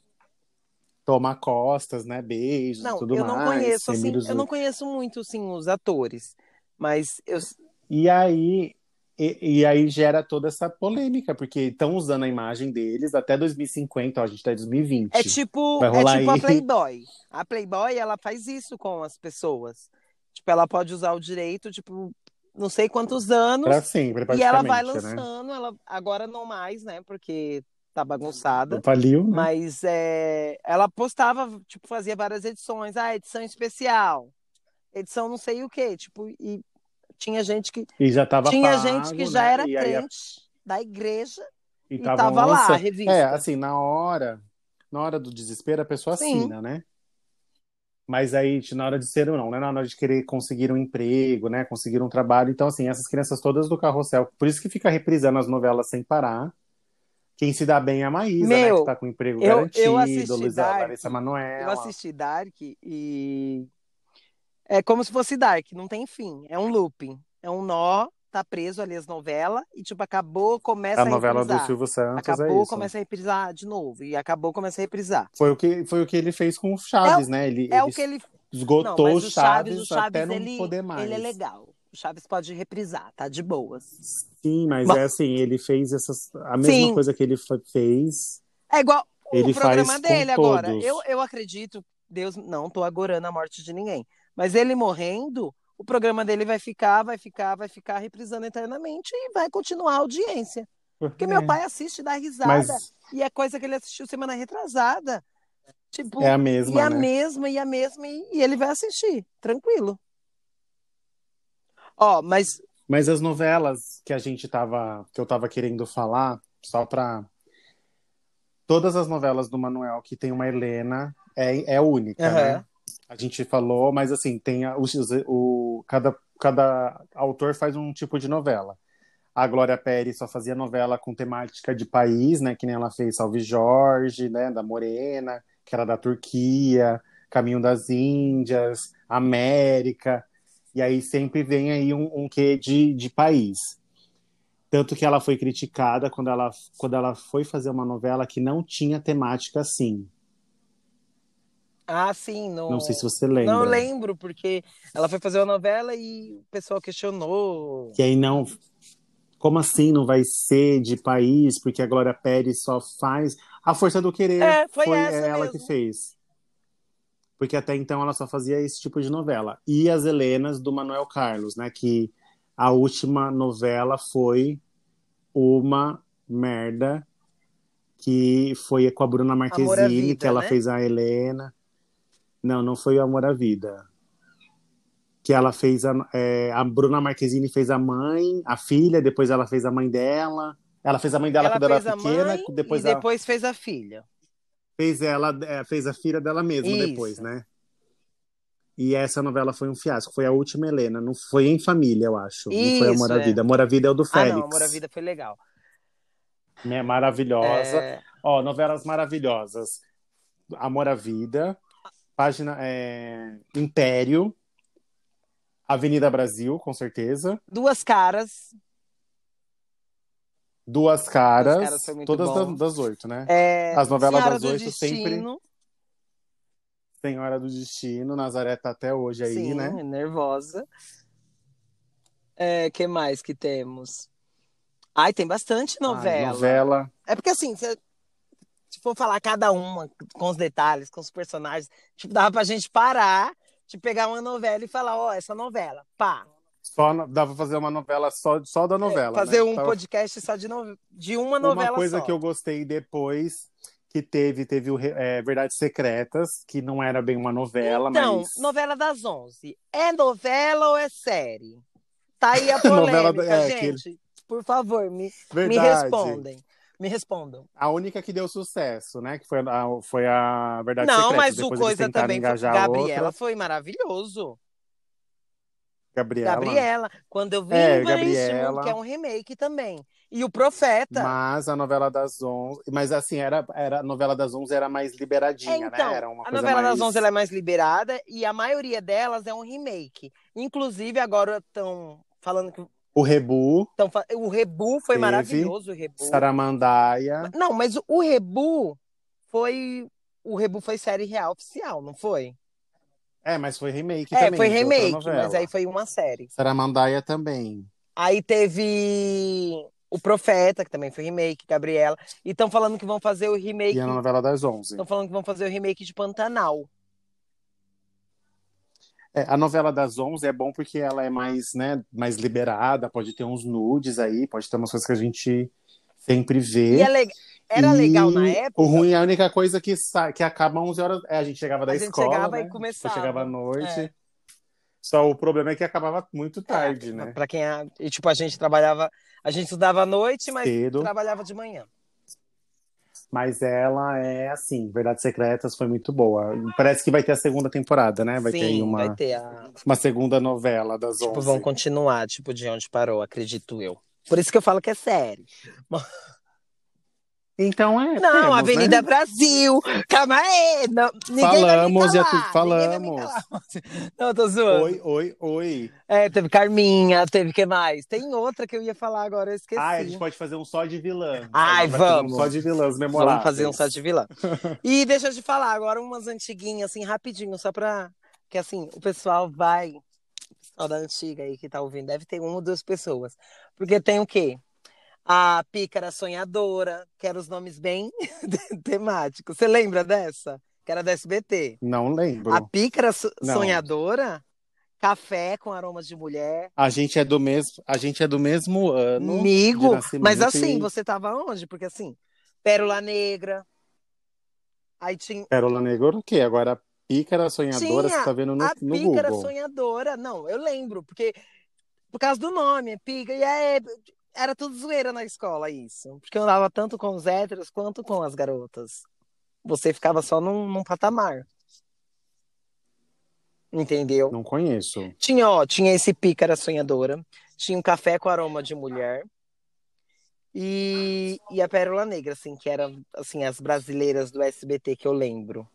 Speaker 2: Tomar costas, né? Beijos e
Speaker 1: Não,
Speaker 2: tudo
Speaker 1: eu não
Speaker 2: mais.
Speaker 1: conheço, assim,
Speaker 2: Emílio
Speaker 1: eu
Speaker 2: Zu-
Speaker 1: não conheço muito, assim, os atores. Mas eu,
Speaker 2: E aí, e, e aí gera toda essa polêmica, porque estão usando a imagem deles até 2050, ó, a gente está em 2020.
Speaker 1: É tipo,
Speaker 2: Vai
Speaker 1: é
Speaker 2: rolar
Speaker 1: tipo a
Speaker 2: aí.
Speaker 1: Playboy. A Playboy, ela faz isso com as pessoas. Tipo, ela pode usar o direito, tipo, não sei quantos
Speaker 2: Pra
Speaker 1: anos,
Speaker 2: sempre,
Speaker 1: e ela
Speaker 2: praticamente,
Speaker 1: vai
Speaker 2: né?
Speaker 1: lançando, ela agora não mais, né, porque tá bagunçada.
Speaker 2: Faliu, né?
Speaker 1: Mas é, ela postava, tipo, fazia várias edições, ah, edição especial, edição não sei o quê, tipo, e tinha gente que
Speaker 2: E já tava
Speaker 1: tinha
Speaker 2: pago,
Speaker 1: gente que
Speaker 2: né?
Speaker 1: já era
Speaker 2: e aí a-
Speaker 1: crente da igreja
Speaker 2: e
Speaker 1: e
Speaker 2: tavam
Speaker 1: tava lá a
Speaker 2: lançando.
Speaker 1: revista.
Speaker 2: É, assim, na hora, na hora do desespero, a pessoa
Speaker 1: Sim.
Speaker 2: assina, né? Mas aí, de- na hora de ser ou não, né? Na hora de querer conseguir um emprego, né? Conseguir um trabalho. Então, assim, essas crianças todas do carrossel. Por isso que fica reprisando as novelas sem parar. Quem se dá bem é a Maísa, né?
Speaker 1: Meu,
Speaker 2: Que tá com emprego
Speaker 1: eu- eu
Speaker 2: garantido.
Speaker 1: assisti
Speaker 2: Luísa,
Speaker 1: Dark,
Speaker 2: Larissa Manoela.
Speaker 1: Eu assisti Dark e é como se fosse Dark, não tem fim, é um looping, é um nó tá preso ali as novelas e, tipo, acabou, começa
Speaker 2: a novela do
Speaker 1: reprisar.
Speaker 2: Silvio Santos
Speaker 1: Acabou,
Speaker 2: é isso.
Speaker 1: começa a reprisar de novo. E acabou, começa a reprisar.
Speaker 2: Foi, o que, foi o que ele fez com o Chaves, né? Ele,
Speaker 1: É
Speaker 2: ele
Speaker 1: o que ele. Não,
Speaker 2: esgotou
Speaker 1: mas
Speaker 2: o
Speaker 1: o
Speaker 2: Chaves,
Speaker 1: Chaves, o
Speaker 2: até
Speaker 1: Chaves,
Speaker 2: não
Speaker 1: ele,
Speaker 2: poder mais.
Speaker 1: ele é legal. O Chaves pode reprisar, tá de boas.
Speaker 2: Sim, mas
Speaker 1: Bom.
Speaker 2: é assim, ele fez essas, a mesma
Speaker 1: Sim.
Speaker 2: coisa que ele fa- fez.
Speaker 1: É igual
Speaker 2: Ele
Speaker 1: o programa
Speaker 2: faz com
Speaker 1: dele agora.
Speaker 2: todos.
Speaker 1: Eu, eu acredito, Deus, não tô agorando a morte de ninguém. Mas ele morrendo, o programa dele vai ficar, vai ficar, vai ficar reprisando eternamente e vai continuar a audiência. Porque meu pai assiste, e dá risada.
Speaker 2: É. Mas
Speaker 1: E é coisa que ele assistiu semana retrasada. Tipo,
Speaker 2: é a mesma,
Speaker 1: e a
Speaker 2: né?
Speaker 1: mesma, e a mesma, e e ele vai assistir, tranquilo. Ó, mas
Speaker 2: Mas as novelas que a gente tava, que eu tava querendo falar, só pra... Todas as novelas do Manuel que tem uma Helena é, é única,
Speaker 1: Aham.
Speaker 2: né? A gente falou, mas assim, tem a- os- o, cada, cada autor faz um tipo de novela. A Glória Pérez só fazia novela com temática de país, né? Que nem ela fez Salve Jorge, né? Da Morena, que era da Turquia, Caminho das Índias, América. E aí sempre vem aí um, um quê de, de país. Tanto que ela foi criticada quando ela, quando ela foi fazer uma novela que não tinha temática assim.
Speaker 1: ah, sim, no...
Speaker 2: Não sei se você lembra.
Speaker 1: Não lembro, porque ela foi fazer uma novela e o pessoal questionou.
Speaker 2: E aí não. Como assim não vai ser de país? Porque a Glória Pérez só faz. A Força do Querer
Speaker 1: É, foi
Speaker 2: foi,
Speaker 1: essa
Speaker 2: ela
Speaker 1: mesmo.
Speaker 2: que fez. Porque até então ela só fazia esse tipo de novela. E as Helenas do Manuel Carlos, né? Que a última novela foi uma merda. Que foi com a Bruna
Speaker 1: Amor à
Speaker 2: Marquezine,
Speaker 1: Vida,
Speaker 2: que ela
Speaker 1: né?
Speaker 2: fez a Helena. Não, não foi o Amor à Vida. Que ela fez a, é, a Bruna Marquezine fez a mãe, a filha, depois ela fez a mãe dela. Ela fez a mãe dela
Speaker 1: ela
Speaker 2: quando
Speaker 1: fez
Speaker 2: era
Speaker 1: a
Speaker 2: pequena,
Speaker 1: mãe
Speaker 2: depois,
Speaker 1: e
Speaker 2: ela
Speaker 1: depois fez a filha.
Speaker 2: fez ela é, fez a filha dela mesma
Speaker 1: Isso.
Speaker 2: depois, né? E essa novela foi um fiasco, foi a última Helena, não foi em família, eu acho. não foi Amor
Speaker 1: Isso,
Speaker 2: à
Speaker 1: é.
Speaker 2: Vida. Amor à Vida é o do Félix.
Speaker 1: Ah, não, Amor à Vida foi legal.
Speaker 2: Né? Maravilhosa.
Speaker 1: É,
Speaker 2: Ó, novelas maravilhosas. Amor à Vida, página é, Império, Avenida Brasil, com certeza.
Speaker 1: Duas caras.
Speaker 2: Duas Caras,
Speaker 1: Duas Caras foi muito
Speaker 2: todas
Speaker 1: bom.
Speaker 2: da- das oito, né?
Speaker 1: É,
Speaker 2: As novelas
Speaker 1: Senhora
Speaker 2: das
Speaker 1: do
Speaker 2: oito sempre
Speaker 1: Destino.
Speaker 2: Senhora do Destino, Nazaré tá até hoje aí,
Speaker 1: Sim,
Speaker 2: né?
Speaker 1: nervosa. É, que mais que temos? Ai, tem bastante novela.
Speaker 2: Ai, novela.
Speaker 1: É porque assim, se, se for falar cada uma com os detalhes, com os personagens, tipo, dava pra gente parar de pegar uma novela e falar, ó, essa novela, pá.
Speaker 2: Só no- dá pra fazer uma novela só, só da novela.
Speaker 1: Fazer
Speaker 2: né?
Speaker 1: um
Speaker 2: Tava-
Speaker 1: podcast só de, no- de uma novela
Speaker 2: Uma coisa
Speaker 1: só.
Speaker 2: que eu gostei depois que teve, teve o re- é, Verdades Secretas, que não era bem uma novela,
Speaker 1: então,
Speaker 2: mas.
Speaker 1: novela das onze. É novela ou é série? Tá aí a polêmica,
Speaker 2: Novela da- é,
Speaker 1: gente. Por favor, me, me
Speaker 2: Verdade.
Speaker 1: respondem. Me respondam.
Speaker 2: A única que deu sucesso, né? Que foi a, foi a Verdade
Speaker 1: Não,
Speaker 2: Secreta.
Speaker 1: mas o
Speaker 2: Depois eles
Speaker 1: Coisa
Speaker 2: tentaram
Speaker 1: também foi.
Speaker 2: engajar a
Speaker 1: Gabriela
Speaker 2: outra.
Speaker 1: foi maravilhoso.
Speaker 2: Gabriela.
Speaker 1: Gabriela. Quando eu vi
Speaker 2: É,
Speaker 1: para este
Speaker 2: Gabriela.
Speaker 1: mundo, que é um remake também. E o Profeta.
Speaker 2: Mas a novela das 11. Mas assim, era, era, a novela das 11 era mais liberadinha,
Speaker 1: É, então,
Speaker 2: né? Era uma
Speaker 1: a
Speaker 2: coisa
Speaker 1: novela
Speaker 2: mais...
Speaker 1: das 11 ela é mais liberada e a maioria delas é um remake. Inclusive, agora estão falando que
Speaker 2: O Rebu,
Speaker 1: tão, fa- o Rebu foi
Speaker 2: Teve.
Speaker 1: maravilhoso, o Rebu.
Speaker 2: Saramandaia.
Speaker 1: Não, mas o Rebu foi o Rebu foi série real oficial, não foi?
Speaker 2: É, mas foi remake
Speaker 1: é,
Speaker 2: também.
Speaker 1: foi
Speaker 2: de outra
Speaker 1: remake,
Speaker 2: novela.
Speaker 1: mas aí foi uma série.
Speaker 2: Saramandaia também.
Speaker 1: Aí teve o Profeta, que também foi remake, Gabriela. E estão falando que vão fazer o remake
Speaker 2: E a novela das 11.
Speaker 1: Estão falando que vão fazer o remake de Pantanal.
Speaker 2: É, a novela das 11 é bom porque ela é mais, né, mais liberada, pode ter uns nudes aí, pode ter umas coisas que a gente sempre vê.
Speaker 1: E é le- era
Speaker 2: E
Speaker 1: legal na época.
Speaker 2: O ruim, a única coisa que, sa- que acaba 11 horas, é, a gente chegava da
Speaker 1: A gente
Speaker 2: escola,
Speaker 1: chegava
Speaker 2: né?
Speaker 1: e começava.
Speaker 2: Eu chegava à noite.
Speaker 1: É.
Speaker 2: Só o problema é que acabava muito tarde,
Speaker 1: É,
Speaker 2: né?
Speaker 1: Pra quem é- e, tipo, a gente trabalhava. A gente estudava à noite, mas
Speaker 2: Cedo.
Speaker 1: trabalhava de manhã.
Speaker 2: Mas ela é assim, Verdades Secretas foi muito boa. Parece que vai ter a segunda temporada, né? Vai
Speaker 1: Sim,
Speaker 2: ter aí uma,
Speaker 1: vai ter. A...
Speaker 2: uma segunda novela das
Speaker 1: Tipo,
Speaker 2: 11.
Speaker 1: vão continuar, tipo, de onde parou, acredito eu. Por isso que eu falo que é série.
Speaker 2: Então é.
Speaker 1: Não,
Speaker 2: temos,
Speaker 1: Avenida
Speaker 2: Né?
Speaker 1: Brasil, calma aí. Não, ninguém
Speaker 2: Falamos,
Speaker 1: vai me
Speaker 2: já
Speaker 1: calar,
Speaker 2: tu-
Speaker 1: ninguém vai me
Speaker 2: falamos.
Speaker 1: calar. Não, tô zoando.
Speaker 2: Oi, oi, oi.
Speaker 1: É, teve Carminha, teve que mais? Tem outra que eu ia falar agora, eu esqueci.
Speaker 2: Ai, a gente pode fazer um só de vilã.
Speaker 1: Ai,
Speaker 2: A gente vai fazer um
Speaker 1: vamos.
Speaker 2: Só de vilãs memoráveis.
Speaker 1: Vamos fazer um site de vilã. e deixa eu te falar agora umas antiguinhas, assim, rapidinho, só pra. Que assim, o pessoal vai. O pessoal da antiga aí que tá ouvindo, deve ter uma ou duas pessoas. Porque tem o quê? A Pícara Sonhadora, que era os nomes bem temáticos. Você lembra dessa? Que era da SBT.
Speaker 2: Não lembro.
Speaker 1: A
Speaker 2: A...
Speaker 1: Pícara so-
Speaker 2: Não.
Speaker 1: Sonhadora, café com aromas de mulher.
Speaker 2: gente é do mesmo, a gente é do mesmo ano.
Speaker 1: Amigo,
Speaker 2: de
Speaker 1: mas
Speaker 2: nascimento
Speaker 1: assim,
Speaker 2: e-
Speaker 1: você tava onde? Porque assim, Pérola Negra. Aí tinha
Speaker 2: Pérola Negra, o quê? Agora a pícara sonhadora,
Speaker 1: Tinha
Speaker 2: você tá vendo no,
Speaker 1: a
Speaker 2: no
Speaker 1: pícara
Speaker 2: Google.
Speaker 1: sonhadora. Não, eu lembro, porque por causa do nome, pica, e aí, era tudo zoeira na escola isso. Porque eu andava tanto com os héteros quanto com as garotas. Você ficava só num, num patamar. Entendeu?
Speaker 2: Não conheço.
Speaker 1: Tinha, ó, tinha esse pícara sonhadora, tinha um café com aroma de mulher e, e a Pérola Negra, assim, que era assim, as brasileiras do SBT que eu lembro.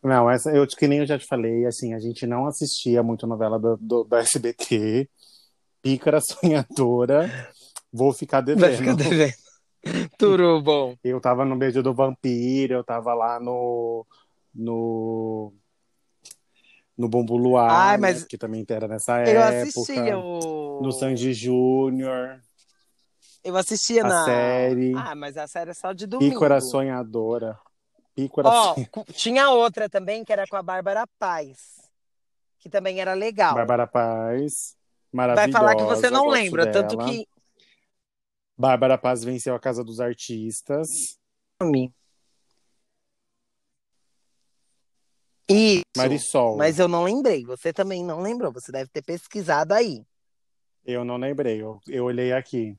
Speaker 2: Não, essa, eu que nem eu já te falei, assim, a gente não assistia muito novela do, do- da SBT. Pícara sonhadora, vou ficar
Speaker 1: Vai
Speaker 2: devendo.
Speaker 1: ficar devendo. Tudo bom.
Speaker 2: Eu tava no Beijo do Vampiro, eu tava lá no. no. no Bombo Luar,
Speaker 1: Ai,
Speaker 2: né,
Speaker 1: mas-
Speaker 2: que também era nessa
Speaker 1: Eu
Speaker 2: época.
Speaker 1: assistia o.
Speaker 2: É, No Sandy Júnior,
Speaker 1: Eu assistia
Speaker 2: a
Speaker 1: na.
Speaker 2: série.
Speaker 1: Ah, mas a série é só de domingo.
Speaker 2: Pícora Sonhadora. Pícora
Speaker 1: Ó,
Speaker 2: Sonhadora.
Speaker 1: cu- tinha outra também que era com a Bárbara Paz. Que também era legal.
Speaker 2: Bárbara Paz.
Speaker 1: Vai
Speaker 2: Maravilhosa.
Speaker 1: falar que você não
Speaker 2: gosto
Speaker 1: lembra, tanto
Speaker 2: dela.
Speaker 1: que.
Speaker 2: Bárbara Paz venceu a Casa dos Artistas.
Speaker 1: Isso.
Speaker 2: Marisol.
Speaker 1: Mas eu não lembrei. Você também não lembrou. Você deve ter pesquisado aí.
Speaker 2: Eu não lembrei, eu, eu olhei aqui.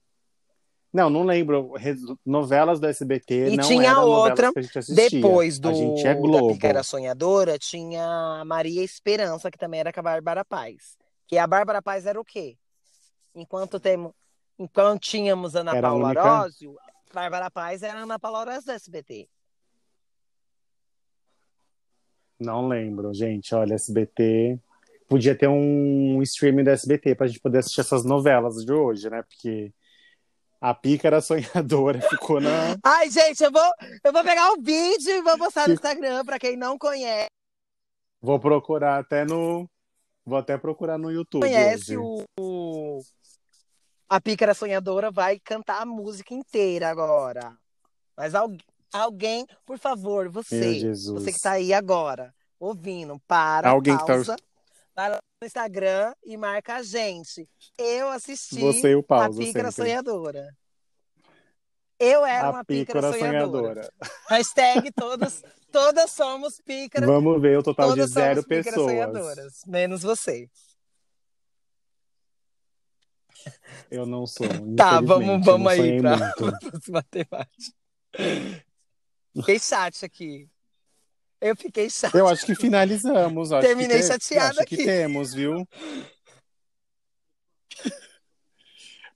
Speaker 2: Não, não lembro. Resu- Novelas do SBT
Speaker 1: E
Speaker 2: não
Speaker 1: tinha
Speaker 2: eram
Speaker 1: outra
Speaker 2: novelas que a gente assistia.
Speaker 1: Depois do
Speaker 2: A gente é
Speaker 1: da
Speaker 2: Globo.
Speaker 1: Pícara Sonhadora, tinha a Maria Esperança, que também era com a Bárbara Paz. Que a Bárbara Paz era o quê? Enquanto temos, enquanto tínhamos Ana
Speaker 2: Era a
Speaker 1: Paula
Speaker 2: única?
Speaker 1: Arósio, Bárbara Paz era Ana Paula Arósio do SBT.
Speaker 2: Não lembro, gente. Olha, SBT. Podia ter um streaming do SBT pra gente poder assistir essas novelas de hoje, né? Porque a Pícara Sonhadora ficou na.
Speaker 1: Ai, gente, eu vou, eu vou pegar o vídeo e vou postar no
Speaker 2: Que-
Speaker 1: Instagram pra quem não conhece.
Speaker 2: Vou procurar até no. Vou até procurar no YouTube.
Speaker 1: conhece
Speaker 2: hoje.
Speaker 1: o, o- a Pícara Sonhadora vai cantar a música inteira agora. Mas al- alguém, por favor,
Speaker 2: Meu
Speaker 1: você,
Speaker 2: Jesus.
Speaker 1: você que tá aí agora, ouvindo, para,
Speaker 2: Alguém que tá-
Speaker 1: pausa, vai lá no Instagram e marca a gente. Eu assisti
Speaker 2: Você e o
Speaker 1: a
Speaker 2: Pausa.
Speaker 1: Pícara
Speaker 2: sempre.
Speaker 1: Sonhadora. Eu era uma
Speaker 2: A
Speaker 1: Pícara,
Speaker 2: Pícara
Speaker 1: sonhadora.
Speaker 2: Sonhadora.
Speaker 1: Hashtag todos, todas somos Pícaras,
Speaker 2: Vamos ver o total de
Speaker 1: todas
Speaker 2: zero
Speaker 1: somos Pícaras
Speaker 2: pessoas.
Speaker 1: Sonhadoras, menos você.
Speaker 2: Eu não sou.
Speaker 1: Tá,
Speaker 2: infelizmente,
Speaker 1: vamos,
Speaker 2: eu não
Speaker 1: vamos aí
Speaker 2: sonhei
Speaker 1: pra
Speaker 2: muito.
Speaker 1: pra próxima temática. Fiquei chate aqui. Eu fiquei chate.
Speaker 2: Eu acho que finalizamos. acho
Speaker 1: Terminei
Speaker 2: que te-
Speaker 1: chateada
Speaker 2: acho que
Speaker 1: aqui.
Speaker 2: temos, viu?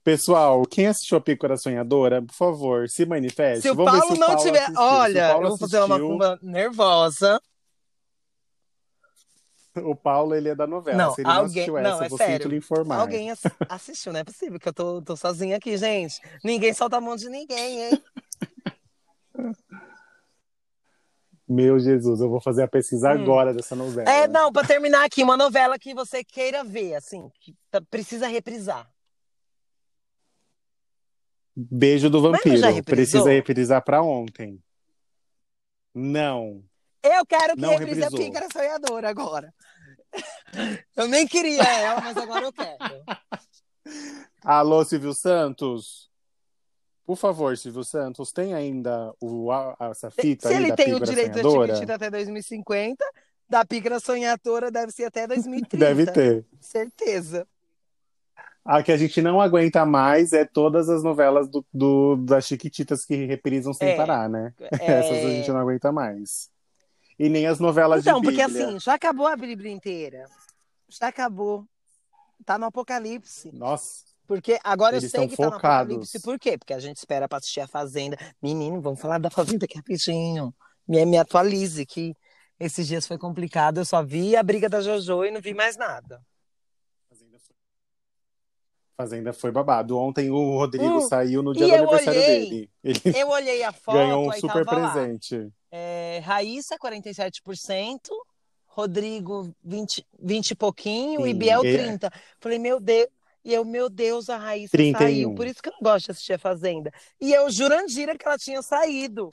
Speaker 2: Pessoal, quem assistiu a Pícora Sonhadora, por favor, se manifeste.
Speaker 1: Se o
Speaker 2: É, Vamos ver
Speaker 1: Paulo
Speaker 2: se
Speaker 1: não
Speaker 2: Paulo
Speaker 1: tiver.
Speaker 2: assistiu. Se o
Speaker 1: Olha,
Speaker 2: Paulo
Speaker 1: eu vou fazer uma
Speaker 2: assistiu,
Speaker 1: macumba nervosa.
Speaker 2: O Paulo, ele é da novela.
Speaker 1: Não,
Speaker 2: se ele não
Speaker 1: alguém-
Speaker 2: assistiu
Speaker 1: não,
Speaker 2: essa,
Speaker 1: é
Speaker 2: eu vou
Speaker 1: sério.
Speaker 2: sinto lhe informar.
Speaker 1: Alguém ass- assistiu, não é possível que eu tô, tô sozinha aqui, gente. Ninguém solta a mão de ninguém, hein?
Speaker 2: Meu Jesus, eu vou fazer a pesquisa
Speaker 1: Hum.
Speaker 2: agora dessa novela.
Speaker 1: É, não, pra terminar aqui, uma novela que você queira ver, assim, que tá- precisa reprisar.
Speaker 2: Beijo do
Speaker 1: Mas não já
Speaker 2: Vampiro.
Speaker 1: reprisou?
Speaker 2: Precisa reprisar pra ontem. Não.
Speaker 1: Eu quero que
Speaker 2: Não
Speaker 1: reprise a
Speaker 2: reprisou.
Speaker 1: Pícara Sonhadora agora. Eu nem queria ela, mas agora eu
Speaker 2: Tá
Speaker 1: quero.
Speaker 2: Alô, Silvio Santos? Por favor, Silvio Santos, tem ainda o, a- essa fita
Speaker 1: Se
Speaker 2: aí
Speaker 1: ele
Speaker 2: da
Speaker 1: tem o
Speaker 2: pícara
Speaker 1: direito da
Speaker 2: sonhadora?
Speaker 1: Chiquitita até 2050, da Pícara Sonhadora deve ser até 2030.
Speaker 2: Deve ter.
Speaker 1: Certeza.
Speaker 2: A que a gente não aguenta mais é todas as novelas do, do- das Chiquititas que reprisam sem
Speaker 1: É.
Speaker 2: parar, né?
Speaker 1: É...
Speaker 2: Essas a gente não aguenta mais. E nem as novelas
Speaker 1: Então,
Speaker 2: de
Speaker 1: porque
Speaker 2: Bíblia.
Speaker 1: assim, já acabou a Bíblia inteira. Já acabou. Tá no Apocalipse.
Speaker 2: Nossa,
Speaker 1: Porque agora eu
Speaker 2: Eles
Speaker 1: sei
Speaker 2: tão
Speaker 1: que tá no
Speaker 2: focados.
Speaker 1: apocalipse. Por quê? Porque a gente espera pra assistir a Fazenda. Menino, vamos falar da Fazenda aqui rapidinho. Me, me atualize, que esses dias foi complicado. Eu só vi a briga da Jojo e não vi mais nada.
Speaker 2: Fazenda foi- Fazenda foi babado. Ontem o Rodrigo
Speaker 1: Hum,
Speaker 2: saiu no
Speaker 1: e
Speaker 2: dia do
Speaker 1: eu
Speaker 2: aniversário
Speaker 1: olhei.
Speaker 2: dele. Ele
Speaker 1: Eu olhei a foto,
Speaker 2: ganhou um
Speaker 1: aí
Speaker 2: super
Speaker 1: tava lá.
Speaker 2: presente.
Speaker 1: É, Raíssa, 47%. Rodrigo, 20, 20 e pouquinho. e
Speaker 2: Sim,
Speaker 1: Biel,
Speaker 2: é.
Speaker 1: 30. Falei, meu Deus. E eu, meu Deus, a Raíssa
Speaker 2: 31.
Speaker 1: saiu. Por isso que eu não gosto de assistir a Fazenda. E eu, Jurandira, que ela tinha saído.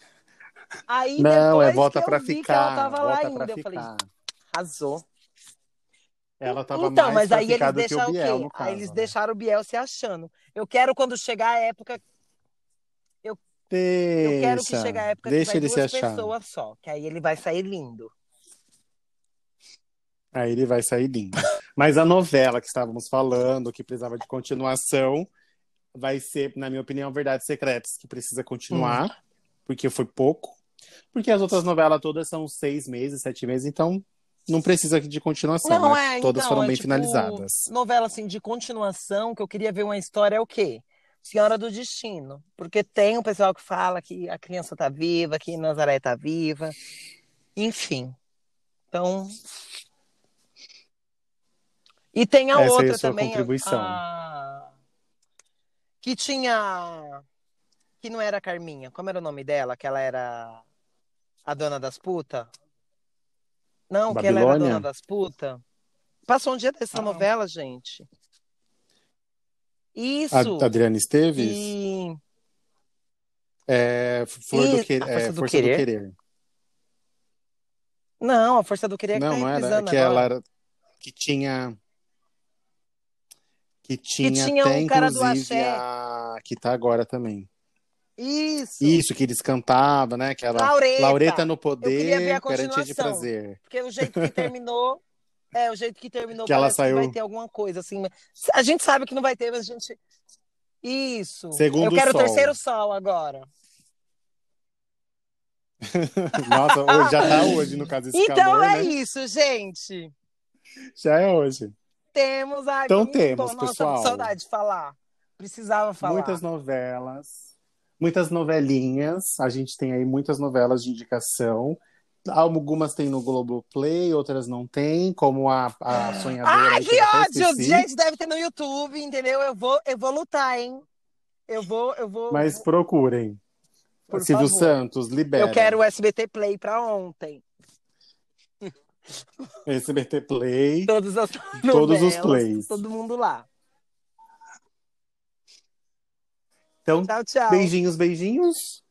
Speaker 1: Aí
Speaker 2: Não,
Speaker 1: depois
Speaker 2: é volta
Speaker 1: que eu
Speaker 2: pra
Speaker 1: vi
Speaker 2: ficar.
Speaker 1: que ela tava lá
Speaker 2: volta
Speaker 1: ainda,
Speaker 2: pra
Speaker 1: eu falei,
Speaker 2: ficar.
Speaker 1: arrasou.
Speaker 2: Ela tava
Speaker 1: então,
Speaker 2: mais
Speaker 1: mas
Speaker 2: pra
Speaker 1: aí
Speaker 2: ficar
Speaker 1: eles
Speaker 2: do que
Speaker 1: deixaram
Speaker 2: o Biel,
Speaker 1: quê?
Speaker 2: no caso.
Speaker 1: aí eles
Speaker 2: né?
Speaker 1: deixaram o Biel se achando. Eu quero quando chegar a época
Speaker 2: Deixa,
Speaker 1: Eu quero que chegue a época
Speaker 2: deixa
Speaker 1: que vai
Speaker 2: ele
Speaker 1: duas
Speaker 2: se achar.
Speaker 1: pessoas só, que aí ele vai sair lindo.
Speaker 2: Aí ele vai sair lindo. Mas a novela que estávamos falando, que precisava de continuação, vai ser, na minha opinião, Verdades Secretas, que precisa continuar,
Speaker 1: Hum.
Speaker 2: porque foi pouco. Porque as outras novelas todas são seis meses, sete meses, então não precisa de continuação.
Speaker 1: Não,
Speaker 2: né?
Speaker 1: é,
Speaker 2: todas
Speaker 1: então,
Speaker 2: foram
Speaker 1: é
Speaker 2: bem
Speaker 1: tipo-
Speaker 2: finalizadas.
Speaker 1: Novela assim de continuação, que eu queria ver uma história é o quê? Senhora do Destino. Porque tem um pessoal que fala que a criança tá viva, que Nazaré tá viva. Enfim. Então. E tem a
Speaker 2: Essa é a
Speaker 1: outra
Speaker 2: sua
Speaker 1: também. a-
Speaker 2: contribuição.
Speaker 1: a- Que tinha. Que não era a Carminha. Como era o nome dela? Que ela era a dona das putas? Não, que ela era a
Speaker 2: Babilônia?
Speaker 1: dona das putas. Passou um dia dessa
Speaker 2: Ah. tá
Speaker 1: novela, gente. Isso.
Speaker 2: A, Adriana Esteves?
Speaker 1: E...
Speaker 2: É, Flor do,
Speaker 1: Ih,
Speaker 2: que,
Speaker 1: a Força
Speaker 2: é,
Speaker 1: do
Speaker 2: Força do
Speaker 1: Querer.
Speaker 2: Querer.
Speaker 1: Não, a Força do Querer que
Speaker 2: Não,
Speaker 1: tá
Speaker 2: não era. é
Speaker 1: reprisando
Speaker 2: Que
Speaker 1: agora.
Speaker 2: ela era, que tinha. Que tinha,
Speaker 1: tinha
Speaker 2: até,
Speaker 1: um cara do
Speaker 2: inclusive,
Speaker 1: axé.
Speaker 2: a. Que tá agora também.
Speaker 1: Isso.
Speaker 2: Isso, que eles cantavam, né? Aquela.
Speaker 1: Laureta.
Speaker 2: Laureta no
Speaker 1: Eu queria ver a
Speaker 2: poder, garantia de
Speaker 1: continuação.
Speaker 2: prazer.
Speaker 1: Porque o jeito que terminou. É, o jeito que terminou
Speaker 2: Que ela
Speaker 1: parece
Speaker 2: saiu-
Speaker 1: que vai ter alguma coisa, assim. A gente sabe que não vai ter, mas a gente. Isso.
Speaker 2: Segundo
Speaker 1: Eu quero
Speaker 2: sol.
Speaker 1: o terceiro sol agora.
Speaker 2: Nossa, hoje, já tá hoje, no caso, esse
Speaker 1: então
Speaker 2: calor,
Speaker 1: é
Speaker 2: né?
Speaker 1: isso, gente.
Speaker 2: Já é hoje.
Speaker 1: Temos a
Speaker 2: Então
Speaker 1: muito
Speaker 2: temos,
Speaker 1: bom. Nossa,
Speaker 2: pessoal.
Speaker 1: saudade de falar. Precisava falar.
Speaker 2: Muitas novelas, muitas novelinhas. A gente tem aí muitas novelas de indicação. Algumas tem no Globoplay, outras não tem, como a, a Sonhadora.
Speaker 1: Ah! Ai,
Speaker 2: aí,
Speaker 1: que
Speaker 2: eu até
Speaker 1: ódio!
Speaker 2: esqueci.
Speaker 1: Ah, Gente, deve ter no YouTube, entendeu? Eu vou, eu vou lutar, hein? Eu vou, eu vou.
Speaker 2: Mas é procurem.
Speaker 1: Por
Speaker 2: Silvio
Speaker 1: favor.
Speaker 2: Santos, libera.
Speaker 1: Eu quero o SBT Play pra ontem.
Speaker 2: SBT Play.
Speaker 1: Todas as
Speaker 2: Todos os
Speaker 1: novelas,
Speaker 2: plays.
Speaker 1: Todo mundo lá.
Speaker 2: Então,
Speaker 1: Tchau, tchau.
Speaker 2: beijinhos, beijinhos.